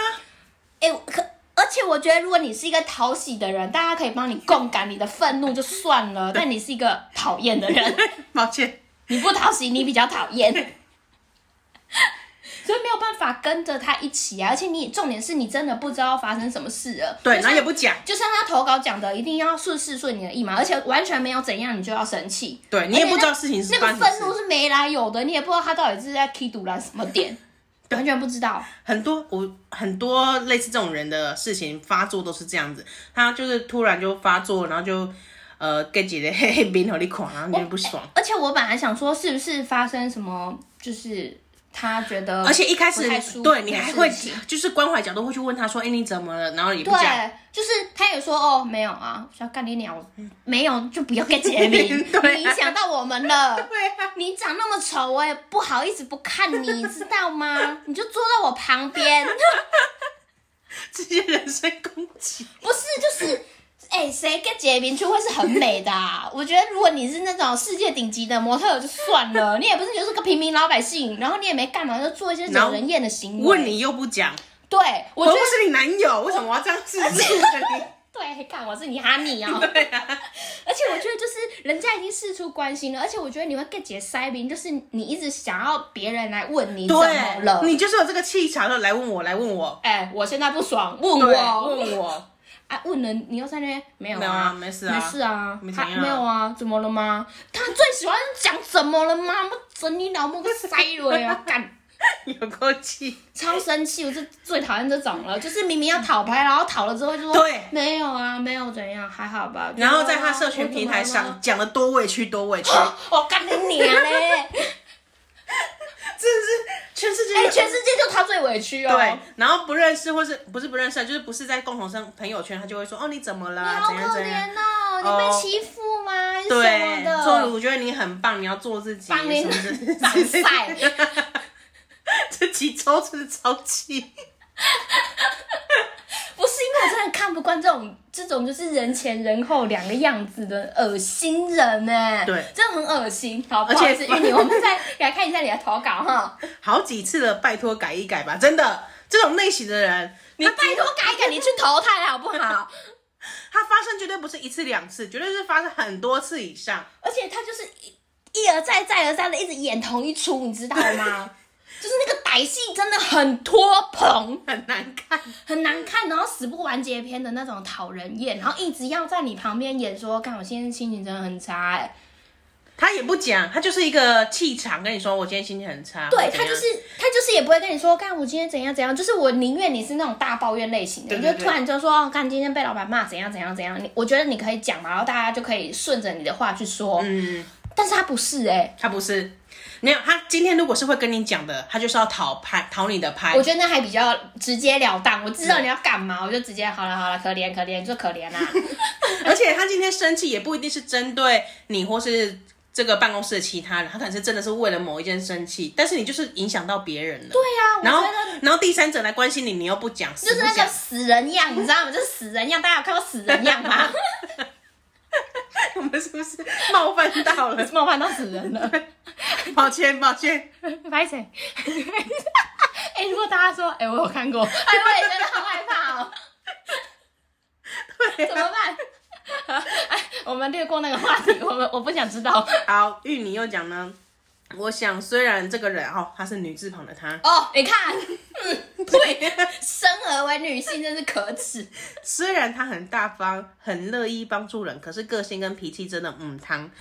Speaker 1: 哎、可而且我觉得，如果你是一个讨喜的人，大家可以帮你共感你的愤怒就算 了，但你是一个讨厌的人，
Speaker 2: 哎抱歉，
Speaker 1: 你不讨喜，你比较讨厌， 所以没有办法跟着他一起啊。而且你重点是你真的不知道发生什么事了，
Speaker 2: 对，
Speaker 1: 就
Speaker 2: 然后
Speaker 1: 像
Speaker 2: 也不讲，
Speaker 1: 就像他投稿讲的，一定要顺势顺你的意嘛，而且完全没有怎样，你就要生气。
Speaker 2: 对你也
Speaker 1: 而且
Speaker 2: 不知
Speaker 1: 那
Speaker 2: 道事情是
Speaker 1: 那
Speaker 2: 发
Speaker 1: 个
Speaker 2: 生
Speaker 1: 愤
Speaker 2: 什
Speaker 1: 怒
Speaker 2: 么事。
Speaker 1: 是没来由的，你也不知道他到底是在 key 堵了什么点，完全不知道。
Speaker 2: 很多我很多类似这种人的事情发作都是这样子，他就是突然就发作，然后就呃给几个黑黑面和你狂，然后你就不爽。
Speaker 1: 而且我本来想说，是不是发生什么，就是他觉得，
Speaker 2: 而且一开始
Speaker 1: 不太舒服
Speaker 2: 对你还会
Speaker 1: 的事情
Speaker 2: 就是关怀角度会去问他说：“哎、你怎么了？”然后也不
Speaker 1: 对
Speaker 2: 讲，，
Speaker 1: 就是他也说哦，没有啊，我想干你鸟，没有就不要跟杰 明，
Speaker 2: 对啊
Speaker 1: 你影响到我们了。
Speaker 2: 对啊，
Speaker 1: 你长那么丑，我也不好意思不看你，知道吗？你就坐在我旁边，
Speaker 2: 这些人身攻击。
Speaker 1: 不是就是。哎、谁跟杰明去会是很美的、 啊？我觉得如果你是那种世界顶级的模特儿就算了，你也不是就是个平民老百姓，然后你也没干嘛，就做一些
Speaker 2: 然后
Speaker 1: 惹人厌的行为。
Speaker 2: 问你又不讲，
Speaker 1: 对，我
Speaker 2: 我
Speaker 1: 觉
Speaker 2: 又
Speaker 1: 得
Speaker 2: 不是你男友，为什么我要这样试试你？
Speaker 1: 对，看我是你哈你哦。
Speaker 2: 对啊，
Speaker 1: 而且我觉得就是人家已经试出关心了，而且我觉得你会更解塞宾，就是你一直想要别人来问你怎么了
Speaker 2: 对，。你就是有这个气场，就来问我，来问我，
Speaker 1: 哎、我现在不爽，问
Speaker 2: 对，
Speaker 1: 我，
Speaker 2: 问我，
Speaker 1: 啊，问人，你又在那边没有
Speaker 2: 没有啊没事啊
Speaker 1: 没事啊，
Speaker 2: 没怎
Speaker 1: 他
Speaker 2: 样啊
Speaker 1: 没有啊，怎么了吗？他最喜欢讲怎么了吗？我整你老母个塞了呀，干！
Speaker 2: 有够气。
Speaker 1: 超生气，我是最讨厌这种了，就是明明要讨拍，然后讨了之后就说
Speaker 2: 对
Speaker 1: 没有啊，没有怎样，还好吧。
Speaker 2: 然后在
Speaker 1: 没有
Speaker 2: 他
Speaker 1: 啊
Speaker 2: 社群平台
Speaker 1: 我怎么了
Speaker 2: 上
Speaker 1: 吗
Speaker 2: 讲的多委屈多委屈，
Speaker 1: 我哦干你娘嘞！
Speaker 2: 真是全世界
Speaker 1: 哎、全世界就他最委屈哦。
Speaker 2: 对，然后不认识或是不是不认识，就是不是在共同生朋友圈，他就会说哦你怎么
Speaker 1: 你
Speaker 2: 啦，
Speaker 1: 好
Speaker 2: 怎样
Speaker 1: 可
Speaker 2: 怎样，
Speaker 1: 怜哦，你
Speaker 2: 哦
Speaker 1: 被欺负吗？还是什
Speaker 2: 对
Speaker 1: 么，
Speaker 2: 做
Speaker 1: 的？
Speaker 2: 我觉得你很棒，你要做自己，
Speaker 1: 帮你
Speaker 2: 什么之类的
Speaker 1: 挡晒，
Speaker 2: 这集超真的超气，
Speaker 1: 不是因为我真的看不惯这种这种就是人前人后两个样子的恶心人呢。
Speaker 2: 对
Speaker 1: 真的很恶心。好，不
Speaker 2: 而且
Speaker 1: 好意思，玉 女，我们再来看一下你的投稿哈。
Speaker 2: 好几次了，拜托改一改吧，真的这种类型的人，
Speaker 1: 你拜托改一改，你去投胎好不 好？
Speaker 2: 他发生绝对不是一次两次，绝对是发生很多次以上。
Speaker 1: 而且他就是一一而再再而三的一直演同一出，你知道 吗？就是那个歹戏真的很拖棚，
Speaker 2: 很难看。
Speaker 1: 很难看，然后死不完结篇的那种讨人厌，然后一直要在你旁边演说，看我现在心情真的很差哎、
Speaker 2: 他也不讲，他就是一个气场跟你说，我今天心情很差。
Speaker 1: 对
Speaker 2: 或怎
Speaker 1: 他
Speaker 2: 样
Speaker 1: 就是他就是也不会跟你说，干我今天怎样怎样，就是我宁愿你是那种大抱怨类型的，
Speaker 2: 对对
Speaker 1: 你就突然就说，哦，干今天被老板骂怎样怎样怎样，你我觉得你可以讲嘛，然后大家就可以顺着你的话去说，
Speaker 2: 嗯，
Speaker 1: 但是他不是哎、
Speaker 2: 他不是没有，他今天如果是会跟你讲的，他就是要讨拍讨你的拍
Speaker 1: 我。觉得那还比较直截了当，我知道你要干嘛，我就直接好了好了，可怜可怜，就可 怜啦、啊
Speaker 2: 而且他今天生气也不一定是针对你或是这个办公室的其他人，他可能是真的是为了某一件生气，但是你就是影响到别人了。对
Speaker 1: 对啊，
Speaker 2: 然
Speaker 1: 我
Speaker 2: 后
Speaker 1: 觉得。，
Speaker 2: 然后第三者来关心你，你又不讲，
Speaker 1: 就是
Speaker 2: 死
Speaker 1: 那
Speaker 2: 不
Speaker 1: 个
Speaker 2: 讲，
Speaker 1: 死人样，你知道吗？就是死人样，大家有看过死人样 吗？
Speaker 2: 我们是不是冒犯 到了？
Speaker 1: 冒犯到死人 了，
Speaker 2: 抱歉，抱歉，
Speaker 1: 拍谁？哎、如果大家说，哎、我有看 过，哎，我也觉得好害怕哦，
Speaker 2: 对
Speaker 1: 怎
Speaker 2: 啊、
Speaker 1: 么办？ 哎，我们略过那个话题，我哦们我不想知道。
Speaker 2: 好，玉你又讲呢。我想，虽然这个人哦，他是女字旁的他，
Speaker 1: 哦， 你看，嗯，对，生而为女性真是可耻。
Speaker 2: 虽然他很大方，很乐意帮助人，可是个性跟脾气真的嗯汤。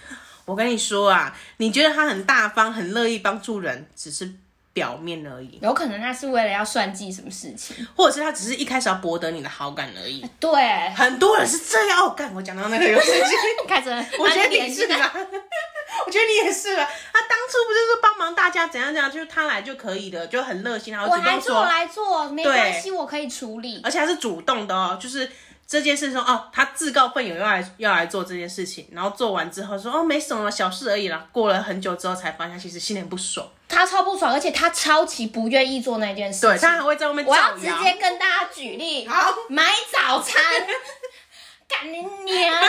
Speaker 2: 我跟你说啊，你觉得他很大方，很乐意帮助人，只是表面而已，
Speaker 1: 有可能他是为了要算计什么事情。
Speaker 2: 或者是他只是一开始要博得你的好感而已。
Speaker 1: 对，
Speaker 2: 很多人是这样哦，干我讲到那个有事情。
Speaker 1: 开 始，
Speaker 2: 我觉得
Speaker 1: 脸
Speaker 2: 你是啊， 我觉得你也是啊。他当初不就是帮忙大家怎样怎样，就是他来就可以的，就很热心，然后
Speaker 1: 我
Speaker 2: 主
Speaker 1: 来
Speaker 2: 动
Speaker 1: 做，我
Speaker 2: 说，
Speaker 1: 来做，没关系，我可以处理。
Speaker 2: 而且他是主动的哦，就是这件事说哦，他自告奋勇要来要来做这件事情，然后做完之后说哦没什么小事而已啦。过了很久之后才发现他其实心里很不爽，
Speaker 1: 他超不爽，而且他超级不愿意做那件事情。
Speaker 2: 对他还会在外面
Speaker 1: 我
Speaker 2: 造
Speaker 1: 要直
Speaker 2: 谣。
Speaker 1: 接跟大家举例，
Speaker 2: 好
Speaker 1: 买早 餐，干你娘欸！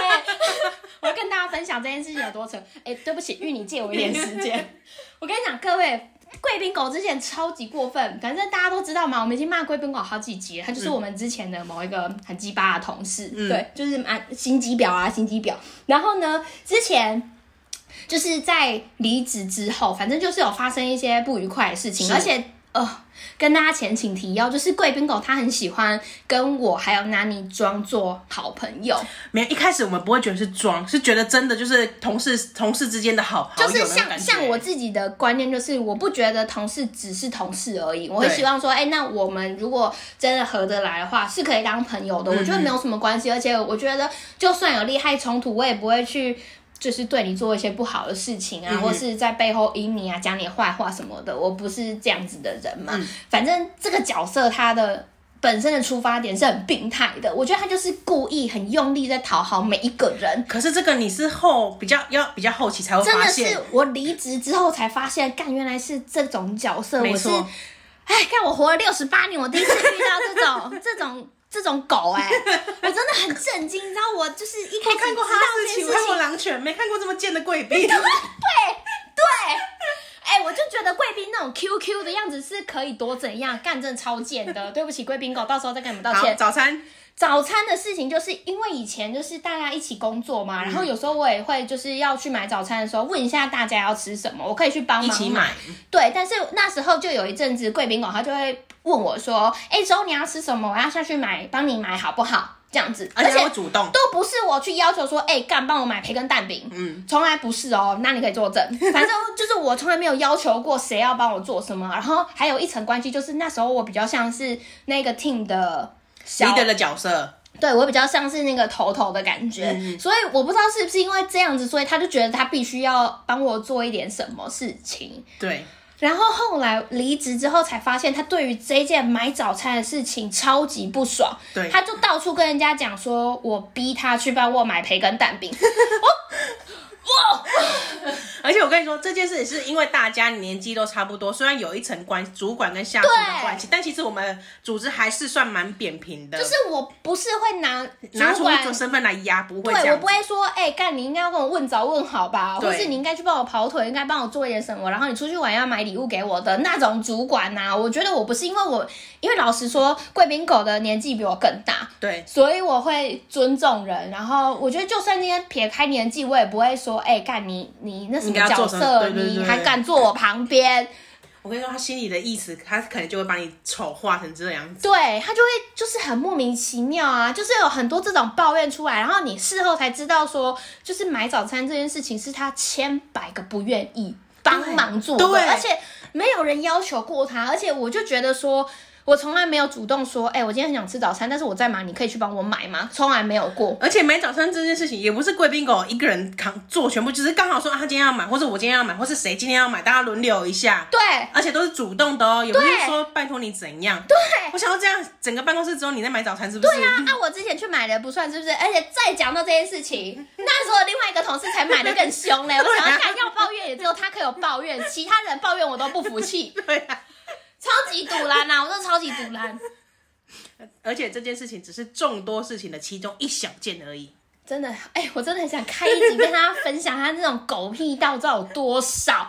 Speaker 1: 我要跟大家分享这件事情有多扯。哎、对不起，玉你借我一点时 间。我跟你讲，各位。贵宾狗之前超级过分，反正大家都知道嘛，我们已经骂贵宾狗好几集了。他就是我们之前的某一个很鸡巴的同事，
Speaker 2: 嗯
Speaker 1: 对，就是蛮心机婊啊，心机婊。然后呢，之前就是在离职之后，反正就是有发生一些不愉快的事情，
Speaker 2: 是
Speaker 1: 而且呃，跟大家前情提要，就是贵宾狗他很喜欢跟我还有 Nani 装作好朋友，
Speaker 2: 没有一开始我们不会觉得是装，是觉得真的就是同事同事之间的好好
Speaker 1: 就
Speaker 2: 友
Speaker 1: 是
Speaker 2: 那种
Speaker 1: 像
Speaker 2: 感觉。
Speaker 1: 像我自己的观念，就是我不觉得同事只是同事而已，我会
Speaker 2: 对
Speaker 1: 希望说，哎、那我们如果真的合得来的话，是可以当朋友的，我
Speaker 2: 嗯
Speaker 1: 觉得没有什么关系。而且我觉得，就算有利害冲突，我也不会去。就是对你做一些不好的事情啊，
Speaker 2: 嗯哼
Speaker 1: 或是在背后阴你啊、讲你坏话什么的，我不是这样子的人嘛。
Speaker 2: 嗯
Speaker 1: 反正这个角色他的本身的出发点是很病态的，我觉得他就是故意很用力在讨好每一个人，
Speaker 2: 可是这个你是后比较要比较后期才会
Speaker 1: 真
Speaker 2: 发
Speaker 1: 的
Speaker 2: 现，
Speaker 1: 是我离职之后才发现，干原来是这种角色，
Speaker 2: 没
Speaker 1: 我是，
Speaker 2: 错
Speaker 1: 哎，干我活了六十八年，我第一次遇到这 种这种这种狗、哎，我真的很震惊，你知道，我就是一开始
Speaker 2: 我看过
Speaker 1: 知
Speaker 2: 哈
Speaker 1: 道
Speaker 2: 士
Speaker 1: 这
Speaker 2: 奇，
Speaker 1: 件
Speaker 2: 我
Speaker 1: 事
Speaker 2: 看过
Speaker 1: 情，
Speaker 2: 狼犬，没看过这么贱的贵 宾。
Speaker 1: 哎、我就觉得贵宾那种 QQ 的样子是可以多怎样，干真的超贱的，对不起贵宾狗，到时候再跟你们道
Speaker 2: 好，
Speaker 1: 歉。
Speaker 2: 早餐
Speaker 1: 早餐的事情，就是因为以前就是大家一起工作嘛，然后
Speaker 2: 嗯
Speaker 1: 有时候我也会就是要去买早餐的时候问一下大家要吃什么，我可以去帮忙
Speaker 2: 一起买，
Speaker 1: 对，但是那时候就有一阵子贵宾狗，他就会问我说：“哎、周你要吃什么？我要下去买，帮你买好不好？”这样子，
Speaker 2: 而
Speaker 1: 而
Speaker 2: 且
Speaker 1: 且
Speaker 2: 他会主动。
Speaker 1: 都不是我去要求说：“哎、干，帮我买培根蛋饼。”
Speaker 2: 嗯，
Speaker 1: 从来不是哦，那你可以 作证。反正就是我从来没有要求过谁要帮我做什么。然后还有一层关系，就是那时候我比较像是那个 team 的小
Speaker 2: leader 的角色，
Speaker 1: 对我比较像是那个头头的感觉，
Speaker 2: 嗯
Speaker 1: 所以我不知道是不是因为这样子，所以他就觉得他必须要帮我做一点什么事情。
Speaker 2: 对，
Speaker 1: 然后后来离职之后才发现，他对于这件买早餐的事情超级不爽，
Speaker 2: 对
Speaker 1: 他就到处跟人家讲说，我逼他去帮我买培根蛋饼，
Speaker 2: 而且我跟你说，这件事也是因为大家年纪都差不多，虽然有一层关主管跟下属的
Speaker 1: 对
Speaker 2: 关系，但其实我们组织还是算蛮扁平的，
Speaker 1: 就是我不是会拿
Speaker 2: 拿
Speaker 1: 主
Speaker 2: 出
Speaker 1: 管
Speaker 2: 一种身份来压，不会这
Speaker 1: 对，我
Speaker 2: 样
Speaker 1: 不
Speaker 2: 子。
Speaker 1: 会说，哎、干，你应该要跟我问早问好吧，
Speaker 2: 对
Speaker 1: 或是你应该去帮我跑腿，应该帮我做一点什么，然后你出去玩要买礼物给我的那种主管呐、我觉得我不是因为我，因为老实说，贵宾狗的年纪比我更大。
Speaker 2: 对，
Speaker 1: 所以我会尊重人，然后我觉得就算今天撇开年纪，我也不会说，哎、干你你那什么，
Speaker 2: 你该
Speaker 1: 么
Speaker 2: 要
Speaker 1: 角
Speaker 2: 做什么
Speaker 1: 色，
Speaker 2: 对对对
Speaker 1: 你
Speaker 2: 对
Speaker 1: 还敢坐我旁 边？
Speaker 2: 我跟你说，他心里的意思，他可能就会把你丑化成这样子。
Speaker 1: 对他就会就是很莫名其妙啊，就是有很多这种抱怨出来，然后你事后才知道说，就是买早餐这件事情是他千百个不愿意帮忙做的，
Speaker 2: 对对
Speaker 1: 而且没有人要求过他，而且我就觉得说。我从来没有主动说，哎、我今天很想吃早餐，但是我在忙，你可以去帮我买吗？从来没有过。
Speaker 2: 而且买早餐这件事情也不是贵宾狗一个人扛做全部，只是刚好说啊，他今天要买，或者我今天要买，或是谁今天要买，大家轮流一下。
Speaker 1: 对，
Speaker 2: 而且都是主动的哦，也不
Speaker 1: 对
Speaker 2: 是说拜托你怎样。
Speaker 1: 对，
Speaker 2: 我想要这样，整个办公室只有你在买早餐，是不是？
Speaker 1: 对啊，啊，我之前去买的不算，是不是？而且再讲到这件事情，那时候另外一个同事才买的更凶嘞。我想要看，要抱怨也只有他可以有抱怨，其他人抱怨我都不服气，
Speaker 2: 对啊。
Speaker 1: 超级堵拦啊呐、我真的超级堵拦，
Speaker 2: 而且这件事情只是众多事情的其中一小件而已。
Speaker 1: 真的，哎、我真的很想开一集跟大家分享他那种狗屁道道有多少。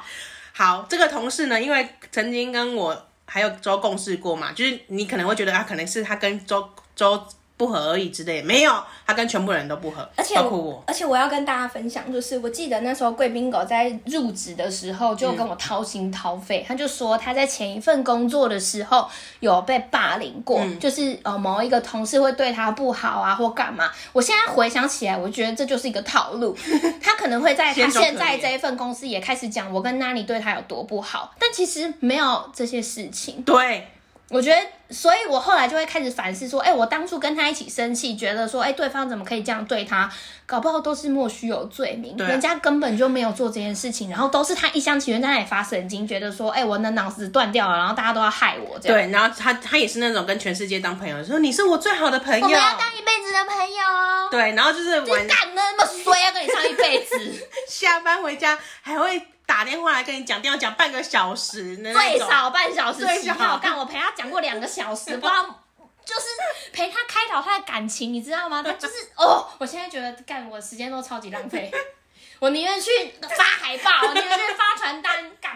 Speaker 2: 好，这个同事呢，因为曾经跟我还有周共事过嘛，就是你可能会觉得啊，可能是他跟周周不合而已之类，没有，他跟全部人都不合，
Speaker 1: 而且
Speaker 2: 包括我。
Speaker 1: 而且我要跟大家分享，就是我记得那时候贵宾狗在入职的时候就跟我掏心掏肺，他就说他在前一份工作的时候有被霸凌过，就是呃某一个同事会对他不好啊或干嘛。我现在回想起来，我觉得这就是一个套路，他可能会在他
Speaker 2: 先手可
Speaker 1: 现在
Speaker 2: 怜
Speaker 1: 这一份公司也开始讲我跟 Nani 对他有多不好，但其实没有这些事情。
Speaker 2: 对，
Speaker 1: 我觉得，所以我后来就会开始反思说，哎、我当初跟他一起生气，觉得说，哎、对方怎么可以这样对他？搞不好都是莫须有罪名，
Speaker 2: 对啊
Speaker 1: 人家根本就没有做这件事情，然后都是他一厢情愿在那里发神经，觉得说，哎、我的脑子断掉了，然后大家都要害我这样。
Speaker 2: 对，然后他他也是那种跟全世界当朋友，说你是我最好的朋
Speaker 3: 我们
Speaker 2: 友，
Speaker 3: 要当一辈子的朋友哦。
Speaker 2: 对，然后就是晚
Speaker 1: 干那么衰，要跟你上一辈子，
Speaker 2: 下班回家还会打电话来跟你讲，电话讲半个小时的那
Speaker 1: 最
Speaker 2: 种，
Speaker 1: 少半小时
Speaker 2: 最
Speaker 1: 起
Speaker 2: 少
Speaker 1: 跳。干，我陪他讲过两个小 时，不知道就是陪他开导他的感情，你知道吗？他就是哦，我现在觉得干我的时间都超级浪 费，我宁愿去发海报，我宁愿去发传单，干。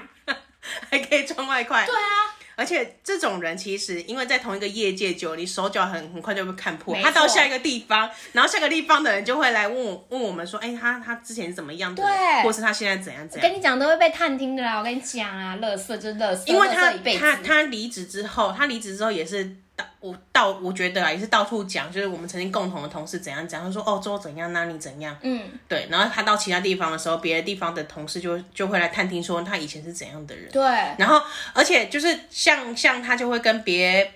Speaker 2: 还可以赚外快
Speaker 1: 对。啊，
Speaker 2: 而且这种人其实因为在同一个业界久，你手脚很很快就被看破
Speaker 1: 没。错
Speaker 2: 他到下一个地方，然后下个地方的人就会来问我问我们说，哎、他他之前怎么样？
Speaker 1: 对
Speaker 2: 或是他现在怎样
Speaker 1: 我
Speaker 2: 怎样？
Speaker 1: 跟你讲都会被探听的啦，我跟你讲啊，乐色就是乐色，
Speaker 2: 因为
Speaker 1: 垃圾
Speaker 2: 他
Speaker 1: 一辈
Speaker 2: 他
Speaker 1: 子
Speaker 2: 他离职之后，他离职之后也是到我到我觉得啊，也是到处讲，就是我们曾经共同的同事怎样怎样，他说哦周怎样，那你怎样？
Speaker 1: 嗯，
Speaker 2: 对，然后他到其他地方的时候，别的地方的同事就就会来探听说他以前是怎样的人。
Speaker 1: 对，
Speaker 2: 然后而且就是像像他就会跟别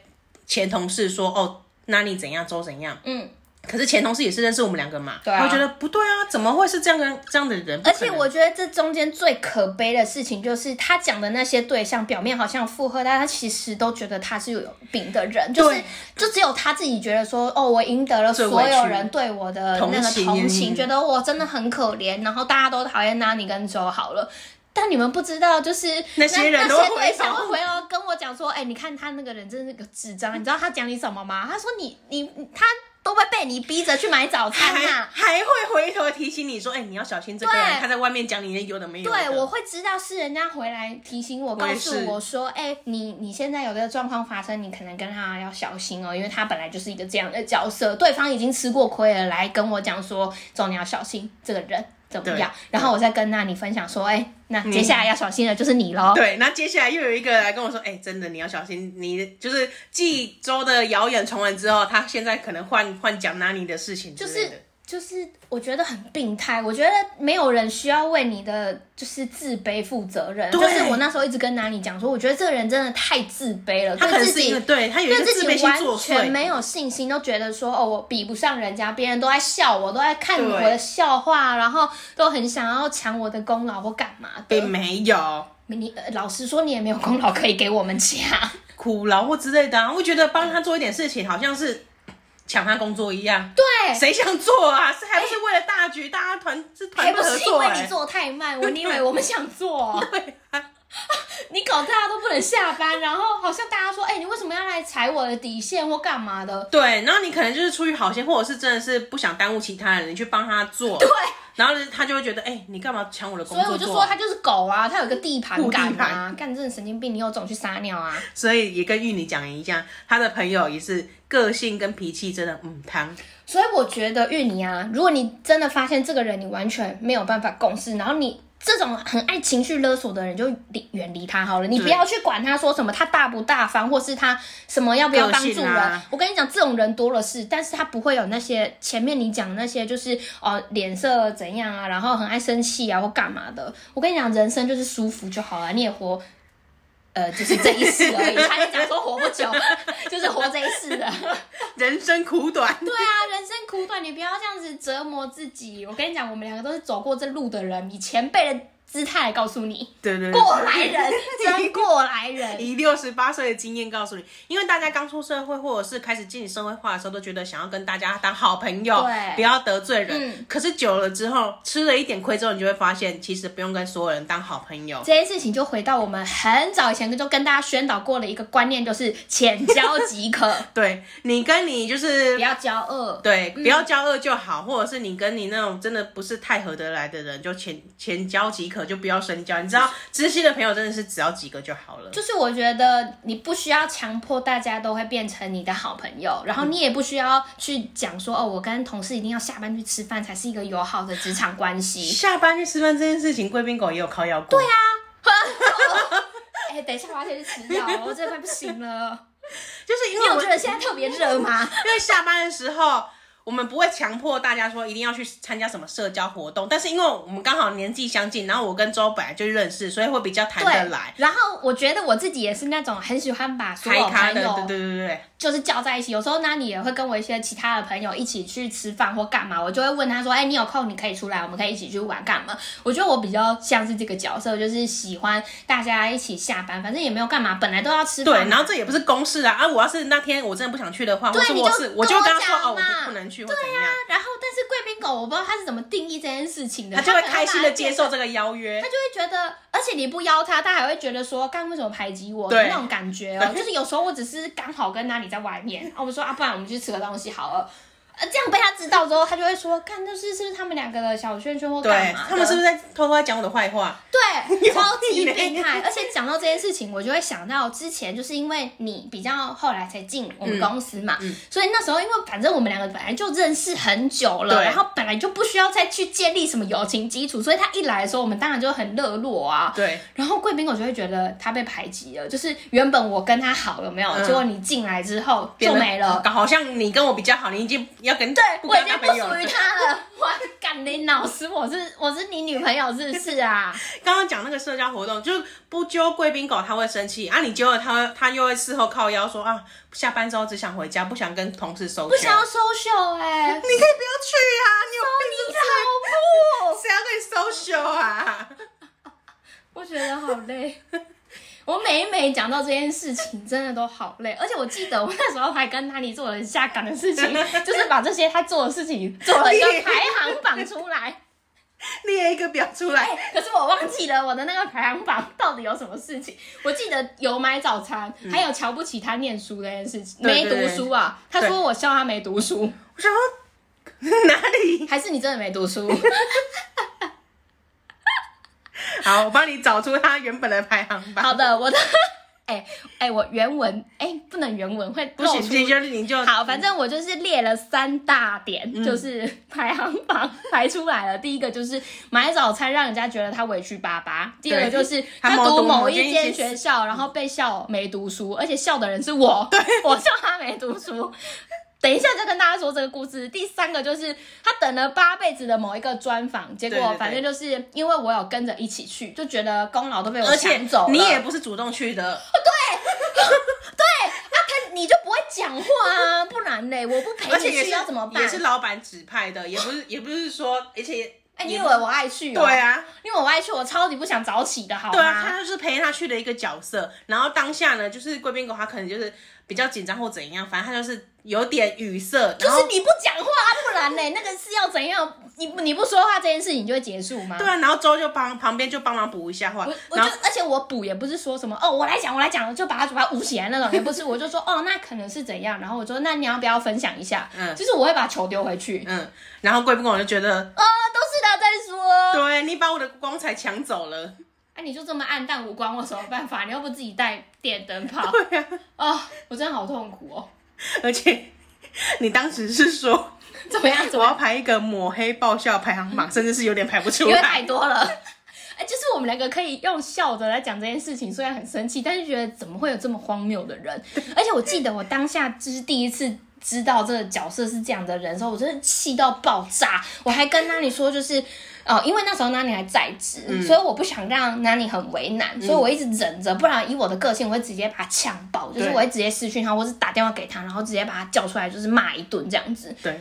Speaker 2: 前同事说哦，那你怎样，周怎样。
Speaker 1: 嗯，
Speaker 2: 可是前同事也是认识我们两个嘛，
Speaker 1: 对啊
Speaker 2: 他觉得不对啊，怎么会是这样的这样的人？
Speaker 1: 而且我
Speaker 2: 不可能
Speaker 1: 觉得这中间最可悲的事情就是，他讲的那些对象表面好像附和他，但他其实都觉得他是有病的人，就是
Speaker 2: 对
Speaker 1: 就只有他自己觉得说，哦，我赢得了
Speaker 2: 最
Speaker 1: 所
Speaker 2: 委屈
Speaker 1: 有人对我的那
Speaker 2: 同
Speaker 1: 个
Speaker 2: 情
Speaker 1: 同情，
Speaker 2: 嗯
Speaker 1: 觉得我真的很可怜，然后大家都讨厌那你跟周好了。但你们不知道，就是
Speaker 2: 那些人都
Speaker 1: 那些
Speaker 2: 会
Speaker 1: 对象
Speaker 2: 回头
Speaker 1: 会回头跟我讲说，哎、你看他那个人真是个智障，你知道他讲你什么吗？他说你你他都会被你逼着去买早餐啊
Speaker 2: 还
Speaker 1: 呐、
Speaker 2: 还会回头提醒你说，哎、你要小心这个
Speaker 1: 对
Speaker 2: 人，他在外面讲你那有的没有的。
Speaker 1: 对，我会知道是人家回来提醒我，
Speaker 2: 我
Speaker 1: 告
Speaker 2: 也
Speaker 1: 诉
Speaker 2: 是
Speaker 1: 我说，哎、你你现在有这个状况发生，你可能跟他要小心哦，因为他本来就是一个这样的角色，对方已经吃过亏了，来跟我讲说，总你要小心这个人怎么样，然后我再跟那你分享说，哎、那
Speaker 2: 嗯
Speaker 1: 接下来要小心的就是你喽。
Speaker 2: 对，那接下来又有一个来跟我说，哎、真的你要小心，你就是继周的谣言传完之后，他现在可能换换讲拿你的事情之
Speaker 1: 就
Speaker 2: 类的，
Speaker 1: 是就是，我觉得很病态。我觉得没有人需要为你的就是自卑负责任。
Speaker 2: 对
Speaker 1: 就是我那时候一直跟南里讲说，我觉得这个人真的太自卑了，
Speaker 2: 他可能
Speaker 1: 对自
Speaker 2: 是
Speaker 1: 己
Speaker 2: 一个对他有一
Speaker 1: 对
Speaker 2: 个
Speaker 1: 自
Speaker 2: 自卑
Speaker 1: 己
Speaker 2: 心
Speaker 1: 完
Speaker 2: 作
Speaker 1: 全
Speaker 2: 祟，
Speaker 1: 没有信心，都觉得说哦，我比不上人家，别人都在笑我，都在看
Speaker 2: 对
Speaker 1: 我的笑话，然后都很想要抢我的功劳或干嘛
Speaker 2: 并
Speaker 1: 的。
Speaker 2: 没有。
Speaker 1: 你、呃、老实说，你也没有功劳可以给我们啊家。
Speaker 2: 苦劳或之类的、啊，会觉得帮他做一点事情，好像是抢他工作一样。
Speaker 1: 对，
Speaker 2: 谁想做啊？是还不是为了大局，大家团是 团
Speaker 1: 还
Speaker 2: 队
Speaker 1: 不哎
Speaker 2: 合
Speaker 1: 是因
Speaker 2: 作、
Speaker 1: 为你
Speaker 2: 欸？
Speaker 1: 做太慢，我你以为我们想做、啊 你搞大家都不能下班，然后好像大家说，哎、你为什么要来踩我的底线或干嘛的？
Speaker 2: 对，然后你可能就是出于好心，或者是真的是不想耽误其他人，你去帮他做。对，然后他就会觉得，哎、你干嘛抢我的工
Speaker 1: 所
Speaker 2: 作、
Speaker 1: 以我
Speaker 2: 做啊？
Speaker 1: 就说他就是狗啊，他有一个地盘
Speaker 2: 顾地
Speaker 1: 感啊，
Speaker 2: 盘
Speaker 1: 干这种神经病，你有种去撒尿啊！
Speaker 2: 所以也跟玉妮讲一样，他的朋友也是个性跟脾气真的嗯汤。
Speaker 1: 所以我觉得芋泥啊，如果你真的发现这个人你完全没有办法共事，然后你
Speaker 3: 这种很爱情绪勒索的人就离远离他好了，你不要去管他说什么他大不大方，或是他什么要不要帮
Speaker 2: 个
Speaker 3: 助
Speaker 2: 性
Speaker 3: 人。
Speaker 2: 啊
Speaker 3: 我跟你讲，这种人多了是，但是他不会有那些前面你讲的那些就是哦脸色怎样啊，然后很爱生气啊或干嘛的。我跟你讲，人生就是舒服就好了，你也活。呃，就是这一世而已。他就讲说活不久， 就是活这一世的。
Speaker 2: 人生苦短，
Speaker 1: 对啊，人生苦短，你不要这样子折磨自己。我跟你讲，我们两个都是走过这路的人，以前辈的姿态来告诉你，
Speaker 2: 对对对，
Speaker 1: 过来人，真过来人。
Speaker 2: 以六十八岁的经验告诉你，因为大家刚出社会或者是开始进社会化的时候，都觉得想要跟大家当好朋友，
Speaker 1: 对
Speaker 2: 不要得罪人。
Speaker 1: 嗯
Speaker 2: 可是久了之后，吃了一点亏之后，你就会发现，其实不用跟所有人当好朋友。
Speaker 1: 这件事情就回到我们很早以前就跟大家宣导过的一个观念，就是浅交即可，
Speaker 2: 对你跟你就是
Speaker 1: 不要嗯骄傲。
Speaker 2: 对，不要交恶就好，或者是你跟你那种真的不是太合得来的人，就浅浅交即可，就不要深交。你知道，知心的朋友真的是只要几个就好了。
Speaker 1: 就是我觉得你不需要强迫大家都会变成你的好朋友，然后你也不需要去讲说哦，我跟同事一定要下班去吃饭才是一个友好的职场关系。
Speaker 2: 下班去吃饭这件事情，贵宾狗也有靠腰过。对
Speaker 1: 啊
Speaker 2: 呀、
Speaker 1: 哎、等一下我要先去吃药了，我真的快不行了。
Speaker 2: 就是因
Speaker 1: 因
Speaker 2: 为
Speaker 1: 为
Speaker 2: 我
Speaker 1: 我
Speaker 2: 们
Speaker 1: 觉得现在特别热 嘛，
Speaker 2: 因为下班的时候，我们不会强迫大家说一定要去参加什么社交活动，但是因为我们刚好年纪相近，然后我跟周本来就认识，所以会比较谈得
Speaker 1: 对
Speaker 2: 来。。
Speaker 1: 然后我觉得我自己也是那种很喜欢把所
Speaker 2: 开
Speaker 1: 有
Speaker 2: 咖
Speaker 1: 朋
Speaker 2: 的，对
Speaker 1: 友
Speaker 2: 对对对，
Speaker 1: 就是叫在一起。有时候呢，你也会跟我一些其他的朋友一起去吃饭或干嘛，我就会问他说：“哎、你有空你可以出来，我们可以一起去玩干嘛？”我觉得我比较像是这个角色，就是喜欢大家一起下班，反正也没有干嘛，本来都要吃
Speaker 2: 对
Speaker 1: 饭嘛。
Speaker 2: 然后这也不是公事啊啊！我要是那天我真的不想去的话，或
Speaker 1: 对
Speaker 2: 是
Speaker 1: 你
Speaker 2: 我
Speaker 1: 就是跟
Speaker 2: 我就
Speaker 1: 我
Speaker 2: 跟他说
Speaker 1: 讲
Speaker 2: 哦，我
Speaker 1: 嘛
Speaker 2: 不能去或怎样，
Speaker 1: 然后，但是贵宾狗我不知道他是怎么定义这件事情的，
Speaker 2: 他就啊会
Speaker 1: 可能
Speaker 2: 开心
Speaker 1: 把
Speaker 2: 的
Speaker 1: 它
Speaker 2: 接受这个邀约
Speaker 1: 啊他。就会觉得，而且你不邀他，他还会觉得说，干为什么排挤我？
Speaker 2: 对
Speaker 1: 那种感觉哦，就是有时候我只是刚好跟哪里在外面，啊，我说啊，不然我们去吃个东西好了。呃，这样被他知道之后，他就会说，看，就是是不是他们两个的小圈圈或干
Speaker 2: 对
Speaker 1: 嘛的？
Speaker 2: 他们是不是在偷偷在讲我的坏话？
Speaker 1: 对，超级
Speaker 2: 嘞
Speaker 1: 变态。而且讲到这件事情，我就会想到之前，就是因为你比较后来才进我们公司
Speaker 2: 嗯
Speaker 1: 嘛，所以那时候因为反正我们两个本来就认识很久了，
Speaker 2: 对
Speaker 1: 然后本来就不需要再去建立什么友情基础，所以他一来的时候，我们当然就很热络啊。
Speaker 2: 对，
Speaker 1: 然后贵宾狗就会觉得他被排挤了，就是原本我跟他好有没有？
Speaker 2: 嗯
Speaker 1: 结果你进来之后
Speaker 2: 变
Speaker 1: 就
Speaker 2: 得
Speaker 1: 没了，，
Speaker 2: 好像你跟我比较好，你已经要跟
Speaker 1: 对
Speaker 2: 不
Speaker 1: 我已
Speaker 2: 跟
Speaker 1: 经
Speaker 2: 他
Speaker 1: 不
Speaker 2: 朋友
Speaker 1: 属
Speaker 2: 了
Speaker 1: 于。他了。我干你老师，我是我是你女朋友是不是啊？
Speaker 2: 刚刚讲那个社交活动，就是不揪贵宾狗，它会生气啊！你揪了它，它又会事后靠腰说啊，下班之后只想回家，不想跟同事收。
Speaker 1: 不想要 social 哎、
Speaker 2: 你可以不要去啊！你有病
Speaker 1: 好哦
Speaker 2: 是不是，谁要跟你 social 啊？
Speaker 1: 我觉得好累。 我每每讲到这件事情，真的都好累。而且我记得我那时候还跟丹尼做了很下岗的事情，就是把这些他做的事情做了一个排行榜出来。
Speaker 2: 列一个表出来，
Speaker 1: 可是我忘记了我的那个排行榜到底有什么事情。我记得有买早餐，还有瞧不起他念书这件事情，
Speaker 2: 嗯对
Speaker 1: 没
Speaker 2: 对
Speaker 1: 读
Speaker 2: 对
Speaker 1: 书啊。他
Speaker 2: 对
Speaker 1: 说我笑他没读书，
Speaker 2: 我想说 哪里？
Speaker 1: 还是你真的没读 书？
Speaker 2: 好，我帮你找出它原本的排行榜。
Speaker 1: 好的，我的， 哎、哎、我原文哎、不能原文会
Speaker 2: 不
Speaker 1: 露
Speaker 2: 行，
Speaker 1: 出
Speaker 2: 你就你就
Speaker 1: 好，反正我就是列了三大点，
Speaker 2: 嗯
Speaker 1: 就是排行榜排出来了。第一个就是买早餐让人家觉得他委屈巴巴，第二个就是
Speaker 2: 他
Speaker 1: 他
Speaker 2: 某
Speaker 1: 读
Speaker 2: 读
Speaker 1: 某
Speaker 2: 某
Speaker 1: 一
Speaker 2: 间
Speaker 1: 间
Speaker 2: 一些
Speaker 1: 学校，然后被笑没读书，而且笑的人是我，我笑他没读书。等一下再跟大家说这个故事。第三个就是他等了八辈子的某一个专访，结
Speaker 2: 对对
Speaker 1: 果
Speaker 2: 对
Speaker 1: 反正就是因为我有跟着一起去，就觉得功劳都被我
Speaker 2: 而且
Speaker 1: 抢走了。
Speaker 2: 你也不是主动去 的，
Speaker 1: 啊，他你就不会讲话啊，不然嘞，我不陪
Speaker 2: 而且
Speaker 1: 你
Speaker 2: 也
Speaker 1: 去要怎么
Speaker 2: 是
Speaker 1: 办？
Speaker 2: 也是老板指派的，也不是也不是说，而且
Speaker 1: 哎、你以为我爱去、哦？
Speaker 2: 对，啊，
Speaker 1: 因为我爱去，我超级不想早起的，好吗？
Speaker 2: 对啊，他就是陪他去的一个角色。然后当下呢，就是贵宾狗，他可能就是比较紧张或怎样，反正他就是有点语塞。
Speaker 1: 就
Speaker 2: 然
Speaker 1: 是
Speaker 2: 后
Speaker 1: 你不讲话、啊，不然嘞，那个是要怎样？你你不说话这件事情就会结束吗？
Speaker 2: 对。啊，然后周就帮旁边就帮忙补一下话
Speaker 1: 我，我就
Speaker 2: 然后
Speaker 1: 而且我补也不是说什么哦，我来讲我来讲，就把他嘴巴捂起来那种，也不是，我就说哦，那可能是怎样，然后我说那你要不要分享一下？
Speaker 2: 嗯
Speaker 1: 就是我会把球丢回去，
Speaker 2: 嗯，然后贵宾狗就觉得，
Speaker 1: 哦，都是他在说，
Speaker 2: 对你把我的光彩抢走了，
Speaker 1: 哎、你就这么暗淡无光，我有什么办法？你又不自己带电灯泡，
Speaker 2: 对啊，
Speaker 1: 哦，我真的好痛苦 哦，
Speaker 2: 而且你当时是说
Speaker 1: 怎么样？怎
Speaker 2: 我
Speaker 1: 么样嗯
Speaker 2: 要排一个抹黑爆笑排行榜，甚至是有点排不出
Speaker 1: 因为太
Speaker 2: 来。
Speaker 1: 多了。 哎，就是我们两个可以用笑着来讲这件事情，虽然很生气，但是觉得怎么会有这么荒谬的人？而且我记得我当下就是第一次知道这个角色是这样的人的时候，我真的气到爆炸。我还跟娜妮说，就是哦、呃因为那时候娜妮还在职，所以我不想让娜妮很为难，所以我一直忍着，不然以我的个性，我会直接把她呛爆，就是
Speaker 2: 对
Speaker 1: 我会直接私讯她，或是打电话给她，然后直接把她叫出来，就是骂一顿这样子。
Speaker 2: 对，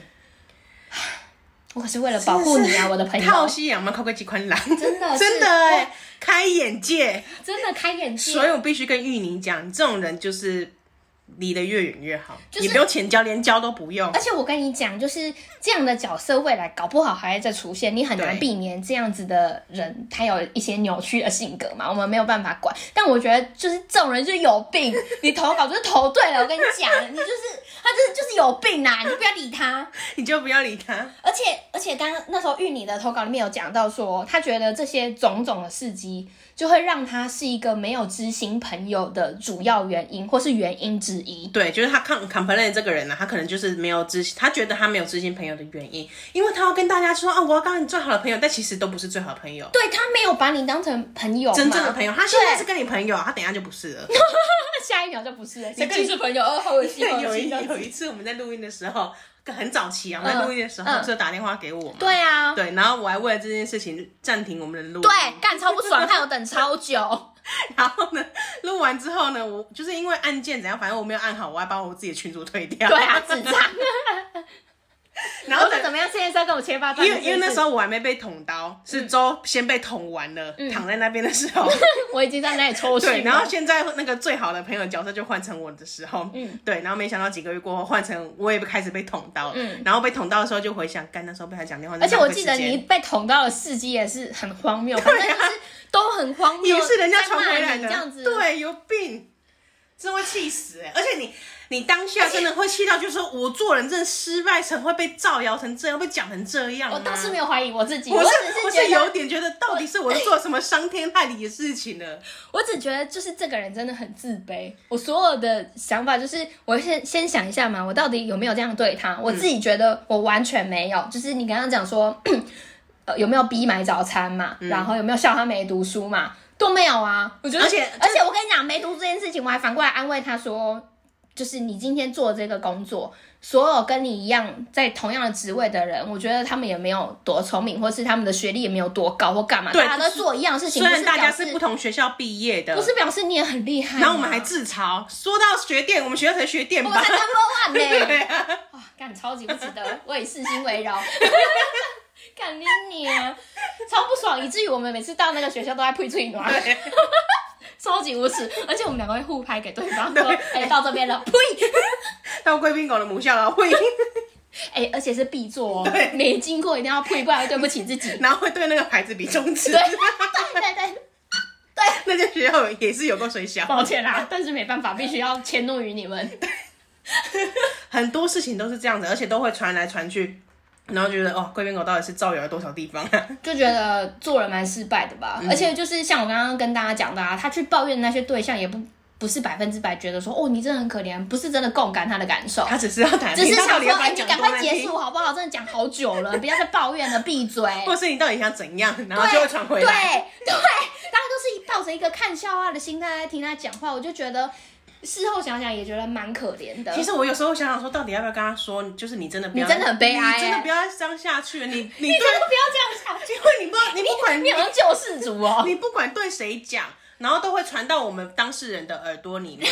Speaker 1: 我可是为了保护你啊，我的朋
Speaker 2: 套
Speaker 1: 友，
Speaker 2: 西洋嘛，靠个几款狼，
Speaker 1: 真的是
Speaker 2: 真的哎，开眼界。
Speaker 1: 真的开眼界。
Speaker 2: 所以我必须跟玉宁讲，这种人就是离得越远越好，
Speaker 1: 就是
Speaker 2: 你不用钱交，连交都不用
Speaker 1: 而。且我跟你讲，就是这样的角色，未来搞不好还会再出现，你很难
Speaker 2: 对
Speaker 1: 避免这样子的人，他有一些扭曲的性格嘛，我们没有办法管。但我觉得就是这种人就是有 病，你投稿就是投对了，我跟你讲，你就是他就是就是有病呐、你就不要理他。
Speaker 2: 你就不要理他。
Speaker 1: 而且而且，刚刚那时候玉你的投稿里面有讲到说，他觉得这些种种的事迹，就会让他是一个没有知心朋友的主要原因，或是原因之一。
Speaker 2: 对，就是他看 complain 这个人呢、他可能就是没有知，他觉得他没有知心朋友的原因，因为他要跟大家说啊，我要当你最好的朋友，但其实都不是最好的朋友，
Speaker 1: 对他没有把你当成朋友嘛，
Speaker 2: 真正的朋友，他现在
Speaker 1: 对
Speaker 2: 是跟你朋友，他等一下就不是 了。
Speaker 1: 下一秒就不是了，
Speaker 2: 谁
Speaker 1: 谁
Speaker 2: 跟你
Speaker 1: 是朋友？哦，好恶心，好
Speaker 2: 有
Speaker 1: 恶
Speaker 2: 一
Speaker 1: 心。
Speaker 2: 有一次我们在录音的时候，很早期啊，我们
Speaker 1: 嗯
Speaker 2: 在录音的时候，
Speaker 1: 嗯
Speaker 2: 就打电话给我嘛，
Speaker 1: 对啊，
Speaker 2: 对，然后我还为了这件事情暂停我们的录音，
Speaker 1: 对，干超不爽，害我等超 久。
Speaker 2: 然后呢，录完之后呢，我就是因为按键怎样，反正我没有按好，我还把我自己的群主退掉。
Speaker 1: 对啊，智障。
Speaker 2: 然后
Speaker 1: 我说
Speaker 2: 等
Speaker 1: 怎么样？现在是要跟我切八段？
Speaker 2: 因为因为那时
Speaker 1: 候
Speaker 2: 候我还没被捅
Speaker 1: 嗯
Speaker 2: 刀，是周先被捅完了，躺在那边的时 候，
Speaker 1: 我已经在那里抽血
Speaker 2: 对，
Speaker 1: 了，
Speaker 2: 然后现在那个最好的朋友角色就换成我的时候，嗯，对，然后没想到几个月过后换成我也开始被捅刀，嗯，然后被捅刀的时候就回想，干那时候被他讲电话，
Speaker 1: 而且我记得
Speaker 2: 浪费时
Speaker 1: 你
Speaker 2: 间
Speaker 1: 被捅到的事迹也是很荒谬，反正就是都很荒谬，
Speaker 2: 也啊是人家
Speaker 1: 在
Speaker 2: 传
Speaker 1: 骂
Speaker 2: 回来
Speaker 1: 你
Speaker 2: 的，
Speaker 1: 这样子。，
Speaker 2: 对，有病，真会气死、欸！而且你，你当下真的会气到，就是说我做人真的失败成会被造谣成这样，被讲成这样、啊。
Speaker 1: 我倒是没有怀疑我自己，
Speaker 2: 我是
Speaker 1: 只
Speaker 2: 我
Speaker 1: 觉得
Speaker 2: 是有点觉得，到底是我是做了什么伤天害理的事情 了？
Speaker 1: 我只觉得就是这个人真的很自卑。我所有的想法就是，我先先想一下嘛，我到底有没有这样对他？我自
Speaker 2: 嗯
Speaker 1: 己觉得我完全没有。就是你刚刚讲说，呃，有没有逼买早餐嘛？
Speaker 2: 嗯
Speaker 1: 然后有没有笑他没读书嘛？都没有啊。我觉得，
Speaker 2: 而且
Speaker 1: 而且我跟你讲，没读这件事情，我还反过来安慰他说，就是你今天做这个工作，所有跟你一样在同样的职位的人，我觉得他们也没有多聪明，或是他们的学历也没有多高或干嘛，
Speaker 2: 对
Speaker 1: 大家都做一样的事情。
Speaker 2: 虽然
Speaker 1: 不
Speaker 2: 大家
Speaker 1: 表
Speaker 2: 是
Speaker 1: 示
Speaker 2: 不同学校毕业的
Speaker 1: 不，是表示你也很厉害吗，
Speaker 2: 然后我们还自嘲，说到学电，我们学校才学电
Speaker 1: 我们
Speaker 2: 吧
Speaker 1: 才。number one 呢，
Speaker 2: 对啊，
Speaker 1: 哇，干超级不值得，我以四星为荣。 干你你啊，超不爽，以至于我们每次到那个学校都在呸嘴暖，
Speaker 2: 对
Speaker 1: 超级无耻，而且我们两个会互拍给对方说，哎、到这边了，呸，
Speaker 2: 到贵宾狗的母校了，会，
Speaker 1: 哎、而且是必做哦
Speaker 2: 对，
Speaker 1: 没经过一定要呸，不然会对不起自己。
Speaker 2: 然后会对那个牌子比中指
Speaker 1: 对，对对对，
Speaker 2: 那间学校也是有够水小。
Speaker 1: 抱歉啦，但是没办法，必须要迁怒于你们。
Speaker 2: 很多事情都是这样子，而且都会传来传去，然后觉得哦，贵宾狗到底是造谣了多少地方、啊？
Speaker 1: 就觉得做人蛮失败的吧。
Speaker 2: 嗯
Speaker 1: 而且就是像我刚刚跟大家讲的啊，他去抱怨那些对象也不不是百分之百觉得说哦你真的很可怜，不是真的共感他的感受。
Speaker 2: 他只是要打
Speaker 1: 只
Speaker 2: 听，
Speaker 1: 是
Speaker 2: 他
Speaker 1: 想
Speaker 2: 到底
Speaker 1: 说，
Speaker 2: 要把
Speaker 1: 哎、
Speaker 2: 它
Speaker 1: 你
Speaker 2: 讲
Speaker 1: 赶
Speaker 2: 多
Speaker 1: 快
Speaker 2: 难
Speaker 1: 结
Speaker 2: 听
Speaker 1: 束，好不好？真的讲好久了，不要再抱怨了，闭 嘴。
Speaker 2: 或是你到底想怎样，然后就会传回
Speaker 1: 对对，大
Speaker 2: 来。
Speaker 1: 家都是抱着一个看笑话的心态来听他讲话，我就觉得事后想想也觉得蛮可怜的。
Speaker 2: 其实我有时候想想说，到底要不要跟他说，就是你真的不要，
Speaker 1: 你真的很悲哀
Speaker 2: 你真的
Speaker 1: 欸
Speaker 2: 不要再这样下去了，你你 对，
Speaker 1: 你真的不要这样想，
Speaker 2: 因为你不你不管
Speaker 1: 你好像救世主哦。
Speaker 2: 你不管对谁讲，然后都会传到我们当事人的耳朵里面。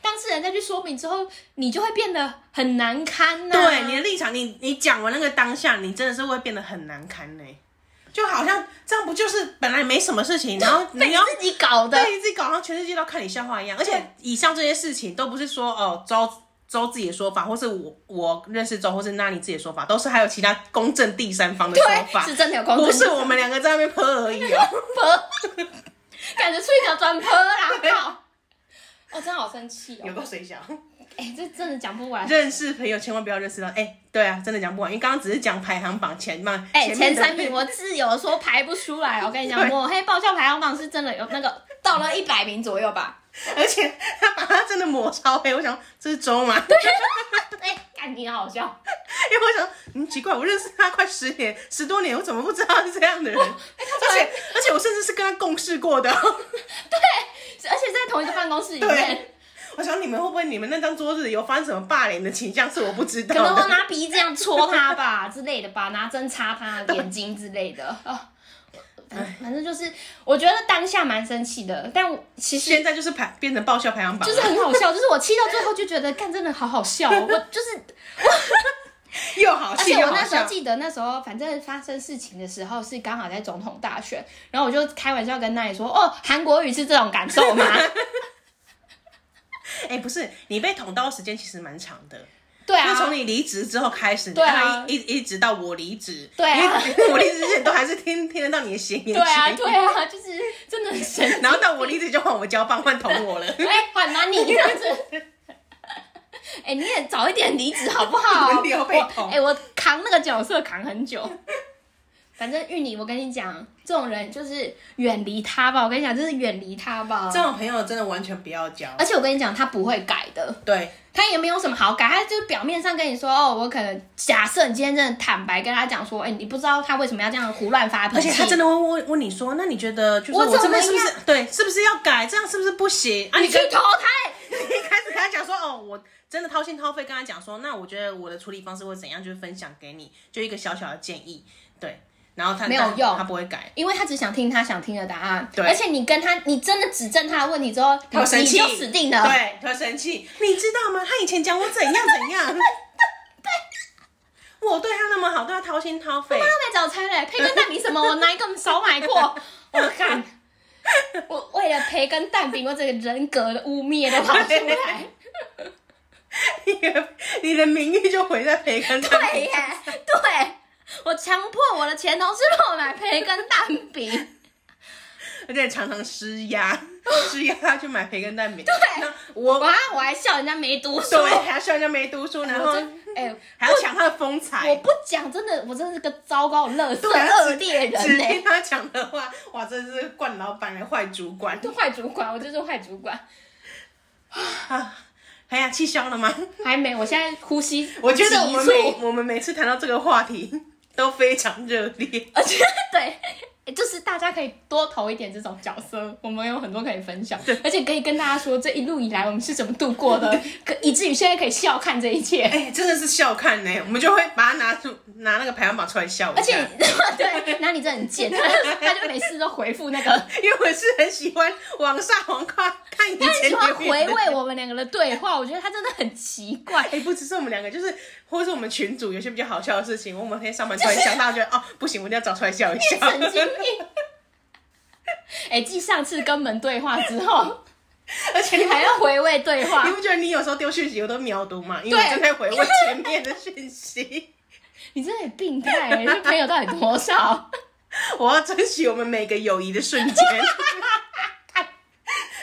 Speaker 1: 当事人再去说明之后，你就会变得很难堪啊呐、
Speaker 2: 对你的立场，你你讲完那个当下，你真的是会变得很难堪呢、欸就好像这样不就是本来没什么事 情，然后
Speaker 1: 被
Speaker 2: 你
Speaker 1: 你
Speaker 2: 要
Speaker 1: 自己搞的，
Speaker 2: 对你自己搞上全世界都看你笑话一样。而且以上这些事情都不是说哦周周自己的说法，或是我我认识周，或是那你自己的说法，都是还有其他公正第三方的说法
Speaker 1: 是，真的有公
Speaker 2: 不
Speaker 1: 正
Speaker 2: 是我们两个在那边泼而已哦。
Speaker 1: 泼，感觉吹条砖泼啦，靠！我、真的好生气
Speaker 2: 有
Speaker 1: 哦！
Speaker 2: 够水小，
Speaker 1: 哎、这真的讲不完。
Speaker 2: 认识朋友千万不要认识到，哎、对啊，真的讲不完，因为刚刚只是讲排行榜前嘛，
Speaker 1: 哎、
Speaker 2: 面
Speaker 1: 前
Speaker 2: 的
Speaker 1: 三名我自由说排不出来，我跟你讲，
Speaker 2: 对
Speaker 1: 抹黑爆笑排行榜是真的有那个到了一百名左右吧。
Speaker 2: 而且他把他真的抹超黑，我想这是周吗？
Speaker 1: 哎、干你好笑，
Speaker 2: 因为我想说，嗯，奇怪，我认识他快十年、十多年，我怎么不知道他是这样的
Speaker 1: 哦
Speaker 2: 人？
Speaker 1: 哎
Speaker 2: 而且而且我甚至是跟他共事过的。
Speaker 1: 而且在同一个办公室里面
Speaker 2: 对，我想你们会不会你们那张桌子有发生什么霸凌的倾向是我不知道
Speaker 1: 可能
Speaker 2: 的
Speaker 1: 会？拿鼻这样戳他吧之类的吧，拿针插他眼睛之类的啊。反反正就是，我觉得当下蛮生气的，但我其实
Speaker 2: 现在就是排变成爆笑排行榜
Speaker 1: 就
Speaker 2: 了，
Speaker 1: 是很好笑，就是我气到最后就觉得，干真的好好笑哦、我就是
Speaker 2: 又好
Speaker 1: 而
Speaker 2: 戏
Speaker 1: 且
Speaker 2: 又
Speaker 1: 我
Speaker 2: 哦好
Speaker 1: 那时候
Speaker 2: 笑。
Speaker 1: 记得，那时候反正发生事情的时候是刚好在总统大选，然后我就开玩笑跟那里说：“哦，韩国语是这种感受吗
Speaker 2: 哎、不是，你被捅刀时间其实蛮长的，？”
Speaker 1: 对
Speaker 2: 就从
Speaker 1: 啊，
Speaker 2: 你离职之后开始，
Speaker 1: 对啊
Speaker 2: 然后一一一直到我离职，
Speaker 1: 对啊
Speaker 2: 因为我离职之前都还是听听得到你的闲言
Speaker 1: 对啊，
Speaker 2: 闲语，
Speaker 1: 对啊，就是真的很神奇。
Speaker 2: 然后到我离职就换我交棒，换捅我了。
Speaker 1: 哎，缓慢你这样子。哎、你也早一点离职好不好？
Speaker 2: 轮流被
Speaker 1: 我
Speaker 2: 捅
Speaker 1: 哎、我扛那个角色扛很久。反正玉你，我跟你讲，这种人就是远离他吧。我跟你讲，就是远离他吧。
Speaker 2: 这种朋友真的完全不要交。
Speaker 1: 而且我跟你讲，他不会改的。
Speaker 2: 对，
Speaker 1: 他也没有什么好改，他就是表面上跟你说哦，我可能假设你今天真的坦白跟他讲说，哎、你不知道他为什么要这样胡乱发
Speaker 2: 而
Speaker 1: 脾气，
Speaker 2: 且他真的会问问你说，那你觉得就是
Speaker 1: 我
Speaker 2: 我这
Speaker 1: 怎么
Speaker 2: 边是不是对，是不是要改？这样是不是不行啊？
Speaker 1: 你
Speaker 2: 你
Speaker 1: 去
Speaker 2: 跟
Speaker 1: 投胎，
Speaker 2: 一开始跟他讲说，哦，我真的掏心掏肺跟他讲说，那我觉得我的处理方式会怎样，就是分享给你，就一个小小的建议，对。然后他
Speaker 1: 没有
Speaker 2: 但
Speaker 1: 用
Speaker 2: 他不会改，
Speaker 1: 因为他只想听他想听的答案，
Speaker 2: 对
Speaker 1: 而且你跟他，你真的指正他的问题之后，
Speaker 2: 他会生
Speaker 1: 你
Speaker 2: 气，
Speaker 1: 就死定了，
Speaker 2: 对，他会生气，你知道吗？他以前讲我怎样 怎样，对我对他那么好，对他掏心掏肺，
Speaker 1: 他来找拆嘞，培根蛋饼什么，我哪一个少买过？ 我看，我为了培根蛋饼，我整个人格的污蔑都跑出来。
Speaker 2: 你的 你的名誉就毁在培根蛋
Speaker 1: 对
Speaker 2: 饼
Speaker 1: 耶，对，我强迫我的前同事帮我买培根蛋饼。
Speaker 2: 而且常常施压，施压他去买培根蛋饼。对，
Speaker 1: 哦我
Speaker 2: 我
Speaker 1: 还我还笑人家没读书，
Speaker 2: 对还要笑人家没读书，然
Speaker 1: 我
Speaker 2: 后
Speaker 1: 真哎、
Speaker 2: 还要抢他的风
Speaker 1: 我
Speaker 2: 采，
Speaker 1: 不讲真的，我真的是个糟糕的乐色
Speaker 2: 对啊
Speaker 1: 恶劣人
Speaker 2: 只
Speaker 1: 呢、
Speaker 2: 听他讲的话，哇，真是惯老板的坏主管
Speaker 1: 就坏主管，我就是坏主管。
Speaker 2: 啊！哎呀，气消了吗？
Speaker 1: 还没，我现在呼吸
Speaker 2: 我觉得我们
Speaker 1: 急促
Speaker 2: 每我们每次谈到这个话题都非常热 烈。
Speaker 1: 而且对。欸就是大家可以多投一点这种角色，我们有很多可以分享，而且可以跟大家说这一路以来我们是怎么度过 的，可以至于现在可以笑看这一切。
Speaker 2: 哎、真的是笑看呢、我们就会把它拿出拿那个排行榜出来笑一下。
Speaker 1: 而且你 对，那你真的很 贱，他就他就每次都回复那个，
Speaker 2: 因为我是很喜欢往上往跨看以
Speaker 1: 他很
Speaker 2: 前
Speaker 1: 喜欢
Speaker 2: 留
Speaker 1: 回
Speaker 2: 言的
Speaker 1: 味我们两个的对话，我觉得他真的很奇怪
Speaker 2: 哎、。不只是我们两个，就是或是我们群组有些比较好笑的事情，我们可以上班突然想到，觉得哦不行，我一定要找出来笑一笑。
Speaker 1: 神经病。哎、继上次跟门对话之后，
Speaker 2: 而且
Speaker 1: 你
Speaker 2: 你
Speaker 1: 还要回味对话
Speaker 2: 你，不觉得你有时候丢讯息我都秒读吗？因为
Speaker 1: 对
Speaker 2: 我正在回味前面的讯息。
Speaker 1: 你真的很病态、欸，这朋友到底多少？
Speaker 2: 我要珍惜我们每个友谊的瞬间，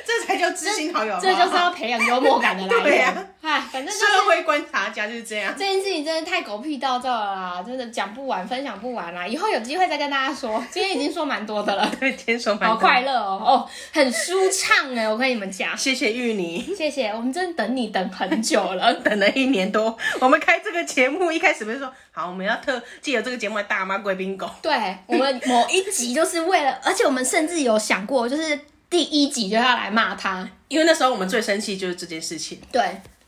Speaker 2: 这才叫知心好友好不
Speaker 1: 这
Speaker 2: 好
Speaker 1: 就是要培养幽默感的来
Speaker 2: 对
Speaker 1: 源
Speaker 2: 啊。
Speaker 1: 哎、反正就是
Speaker 2: 社会观察家就是这样。
Speaker 1: 这件事情真的太狗屁倒灶了啦，真的讲不完，分享不完啦。以后有机会再跟大家说，今天已经说蛮多的了。
Speaker 2: 对，天手蛮
Speaker 1: 好
Speaker 2: 多
Speaker 1: 快乐哦，哦，很舒畅哎，我跟你们讲，
Speaker 2: 谢谢芋泥，
Speaker 1: 谢谢，我们真的等你等很久 了，
Speaker 2: 等了一年多。我们开这个节目一开始不是说好我们要特借由这个节目来大骂贵宾狗，
Speaker 1: 对我们某一集就是为了，而且我们甚至有想过，就是第一集就要来骂他，
Speaker 2: 因为那时候我们最生气就是这件事情。
Speaker 1: 对。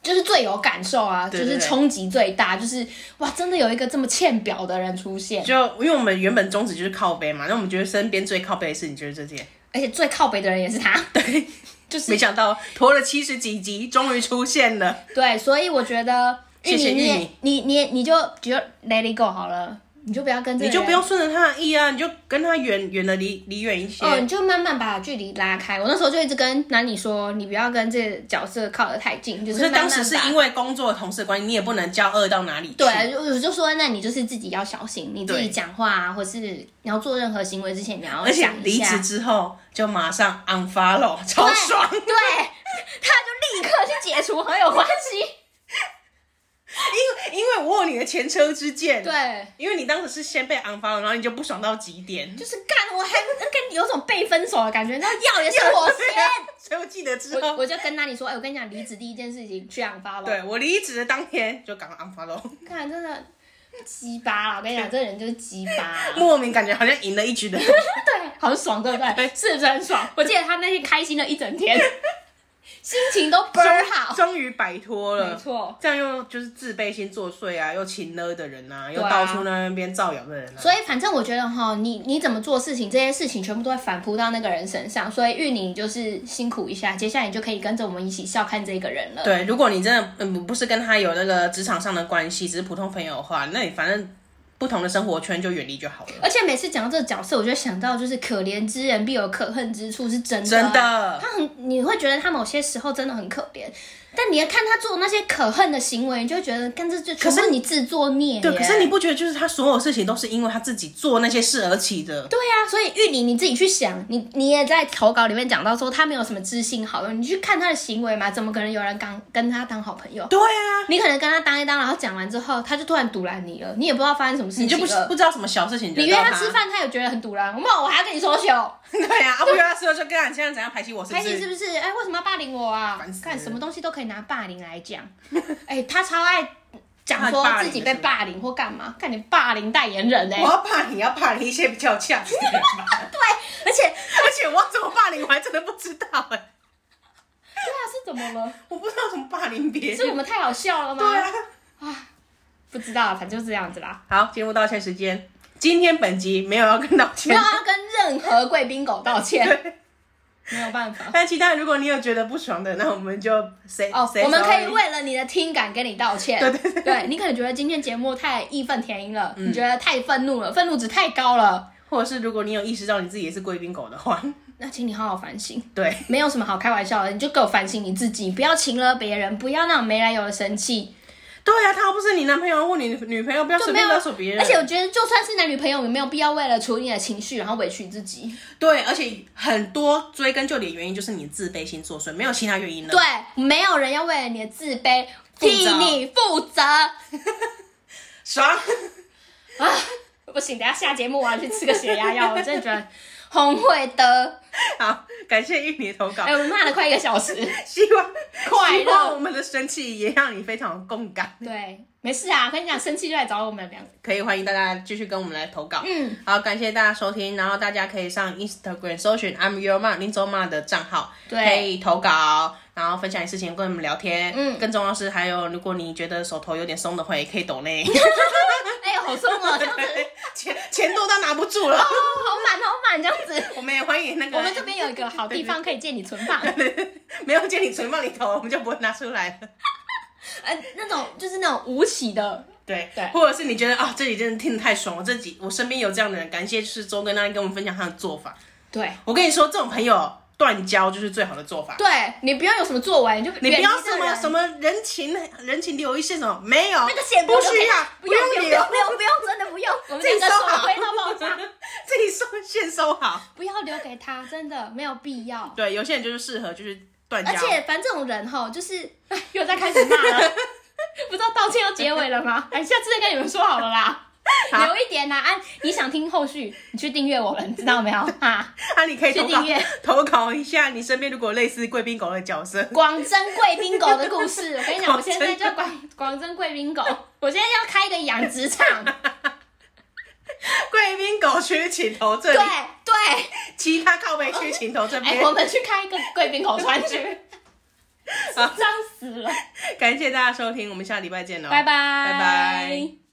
Speaker 1: 就是最有感受啊，
Speaker 2: 对对
Speaker 1: 就是冲击最大，就是哇，真的有一个这么欠表的人出现，
Speaker 2: 就因为我们原本宗旨就是靠背嘛，那我们觉得身边最靠背的事情就是这件。
Speaker 1: 而且最靠北的人也是他，
Speaker 2: 对，
Speaker 1: 就是
Speaker 2: 没想到拖了七十几集，终于出现了。
Speaker 1: 对，所以我觉得
Speaker 2: 谢谢
Speaker 1: 你
Speaker 2: 玉
Speaker 1: 你
Speaker 2: 米
Speaker 1: 你你你就只有 let it go 好了，你就不要跟这
Speaker 2: 你
Speaker 1: 个
Speaker 2: 就
Speaker 1: 人
Speaker 2: 不用顺着他的意啊，你就跟他远远的离离远一些。
Speaker 1: 哦，你就慢慢把距离拉开。我那时候就一直跟南里说，你不要跟这个角色靠得太近，就
Speaker 2: 可
Speaker 1: 是
Speaker 2: 是
Speaker 1: 慢慢
Speaker 2: 当时是
Speaker 1: 把
Speaker 2: 因为工作同事的关系，你也不能交恶到哪里去。
Speaker 1: 对，啊就我就说，那你就是自己要小心，你自己
Speaker 2: 对
Speaker 1: 讲话啊，或是你要做任何行为之前，你要
Speaker 2: 而且
Speaker 1: 想一
Speaker 2: 离
Speaker 1: 下
Speaker 2: 职之后就马上 unfollow，超爽，
Speaker 1: 对，他就立刻去解除好友关系。
Speaker 2: 因为因为我有你的前车之鉴。，
Speaker 1: 对，
Speaker 2: 因为你当时是先被 unfollow，然后你就不爽到极点。
Speaker 1: 就是干，我还跟你有种被分手的感觉，那要也是我先。
Speaker 2: 所以我记得之
Speaker 1: 我
Speaker 2: 后，
Speaker 1: 我就跟那里说，哎、我跟你讲，离职第一件事情去养发了。
Speaker 2: 对我离职的当天就赶快 unfollow。
Speaker 1: 看，真的鸡巴啦！我跟你讲，这人就是鸡巴啊、
Speaker 2: 莫名感觉好像赢了 一局的感觉。
Speaker 1: 对，好爽，对不对？是不是很爽？哎 我记得他那天开心了一整天， 心情都倍儿好。
Speaker 2: 终于摆脱了，
Speaker 1: 没错。
Speaker 2: 这样又就是自卑心作祟啊，又勤了的人啊，又
Speaker 1: 对啊
Speaker 2: 到处那边造谣的人啊。
Speaker 1: 所以反正我觉得哈，你你怎么做事情，这些事情全部都会反扑到那个人身上。所以玉宁就是辛苦一下，接下来你就可以跟着我们一起笑看这个人了。
Speaker 2: 对，如果你真的嗯不是跟他有那个职场上的关系，只是普通朋友的话，那你反正不同的生活圈就远离就好了。
Speaker 1: 而且每次讲到这个角色，我就想到就是可怜之人必有可恨之处，是真的。
Speaker 2: 真的
Speaker 1: 啊他很，你会觉得他某些时候真的很可怜，但你要看他做那些可恨的行为，你就会觉得，干这就全部是你自作孽耶。
Speaker 2: 对，可是你不觉得就是他所有事情都是因为他自己做那些事而起的？
Speaker 1: 对呀、啊所以玉玲你自己去想，你你也在投稿里面讲到说他没有什么知心好友，你去看他的行为嘛，怎么可能有人刚跟他当好朋友？
Speaker 2: 对啊，
Speaker 1: 你可能跟他当一当，然后讲完之后，他就突然堵拦你了，你也不知道发生什么事情
Speaker 2: 你就不
Speaker 1: 了
Speaker 2: 不知道什么小事情惹到
Speaker 1: 你约他吃，饭，他也觉得很堵拦，我我还要跟你说球。
Speaker 2: 对啊，啊不约他吃饭就跟你现在怎样排挤我是不
Speaker 1: 排挤是
Speaker 2: 是？
Speaker 1: 不是？哎、为什么要霸凌我啊
Speaker 2: 烦？死
Speaker 1: 看
Speaker 2: 了
Speaker 1: 什么东西都可以拿霸凌来讲。哎、他超爱讲说
Speaker 2: 他很霸凌
Speaker 1: 自己被
Speaker 2: 是不是
Speaker 1: 霸凌或干嘛，看你霸凌代言人欸呢、
Speaker 2: 我要霸凌，要霸凌一些比较有价值的人吧。
Speaker 1: 而且
Speaker 2: 而且我要怎么霸凌，我还真的不知道哎、
Speaker 1: 对啊，是怎么了？
Speaker 2: 我不知道怎么霸凌别
Speaker 1: 是
Speaker 2: 人。
Speaker 1: 我们太好笑了吗？
Speaker 2: 对啊，
Speaker 1: 不知道，啊反正就是这样子啦。
Speaker 2: 好，进入道歉时间。今天本集没有要跟道
Speaker 1: 没
Speaker 2: 歉
Speaker 1: 有，要跟任何贵宾狗道歉，
Speaker 2: 对。
Speaker 1: 没有办法。
Speaker 2: 但其他如果你有觉得不爽的，那我们就 谁
Speaker 1: 哦，
Speaker 2: 谁
Speaker 1: 我们可
Speaker 2: sorry
Speaker 1: 以为了你的听感跟你道歉。
Speaker 2: 对对嗯对
Speaker 1: 你可能觉得今天节目太义愤填膺了，你觉得太愤怒了，愤怒值太高了，
Speaker 2: 或者是如果你有意识到你自己也是贵宾狗的话，
Speaker 1: 那请你好好反省。
Speaker 2: 对
Speaker 1: 没有什么好开玩笑的，你就给我反省你自己，不要情了别人，不要那种没来由的生气，
Speaker 2: 对呀、啊，他又不是你男朋友或你女朋友，不要
Speaker 1: 就
Speaker 2: 随
Speaker 1: 没
Speaker 2: 便
Speaker 1: 有
Speaker 2: 勒索别人。
Speaker 1: 而且我觉得，就算是男女朋友，也没有必要为了处理你的情绪，然后委屈自己。
Speaker 2: 对，而且很多追根究底的原因就是你自卑心作祟，没有其他原因了。
Speaker 1: 对，没有人要为了你的自卑
Speaker 2: 嗯负责
Speaker 1: 替你负责。
Speaker 2: 爽。
Speaker 1: 啊不行，等一下下节目我要去吃个血压药，我真的觉得红会的。
Speaker 2: 好，感谢玉米的投稿，
Speaker 1: 哎、我们骂了快一个小时，
Speaker 2: 希望
Speaker 1: 快乐
Speaker 2: 希望我们的生气也让你非常有共感。
Speaker 1: 对，没事啊，跟你讲，生气就来找我们两个。
Speaker 2: 可以欢迎大家继续跟我们来投稿。
Speaker 1: 嗯，
Speaker 2: 好，感谢大家收听，然后大家可以上 Instagram 搜寻 I'm Your Mom 林周妈的账号，
Speaker 1: 对
Speaker 2: 可以投稿，然后分享你事情，跟我们聊天。
Speaker 1: 嗯
Speaker 2: 更重要是，还有如果你觉得手头有点松的话，也可以抖 内，
Speaker 1: 哎、好 松哦，这样子，
Speaker 2: 钱钱多到拿不 住了。
Speaker 1: 哦，好满好满这样子。
Speaker 2: 我们也欢迎那个，
Speaker 1: 我们这边有一个好地方可以借你存 放。
Speaker 2: 没有借你存放里头，我们就不会拿出来了。
Speaker 1: 呃，那种就是那种无起的，
Speaker 2: 对
Speaker 1: 对
Speaker 2: 或者是你觉得啊，这里真的听得太爽了，这几我身边有这样的人，感谢就是周跟他跟我们分享他的做法。
Speaker 1: 对
Speaker 2: 我跟你说，这种朋友断交就是最好的做法。
Speaker 1: 对，你不要有什么作为，你就
Speaker 2: 你不要什
Speaker 1: 什
Speaker 2: 么什
Speaker 1: 么
Speaker 2: 么人情人情留一线什么没有，
Speaker 1: 那个写
Speaker 2: 不需要，
Speaker 1: 不用
Speaker 2: 不
Speaker 1: 不用不
Speaker 2: 留
Speaker 1: 用，不用不用真的不用，我们
Speaker 2: 自己
Speaker 1: 两个
Speaker 2: 收
Speaker 1: 手
Speaker 2: 好
Speaker 1: 挥到爆炸，
Speaker 2: 自己收现收好。
Speaker 1: 不要留给他，真的没有必要。
Speaker 2: 对，有些人就是适合就是断交，
Speaker 1: 而且反正这种人吼，就是哎 又在开始骂了， 不知道道歉要结尾了吗？ 哎，下次再跟你们说好了 啦。
Speaker 2: 好
Speaker 1: 留一点啦、啊，你想听后续，你去订阅我 们，你知道没有？啊，
Speaker 2: 啊，你可以投
Speaker 1: 去
Speaker 2: 稿
Speaker 1: 订阅
Speaker 2: 投稿一下，你身边如果有类似贵宾狗的角色，
Speaker 1: 广真贵宾狗的故事，我跟你 讲，我现在叫广广真贵 宾狗，我现在要开一个养殖场。
Speaker 2: 贵宾狗区请投这
Speaker 1: 对
Speaker 2: 里，
Speaker 1: 对，
Speaker 2: 其他靠背区请投这
Speaker 1: 哎、
Speaker 2: 边。
Speaker 1: 我们去开一个贵宾 口川区，
Speaker 2: 好
Speaker 1: 脏死了，
Speaker 2: 感谢大家收听，我们下礼拜见喽，哦
Speaker 1: 拜拜
Speaker 2: 拜拜。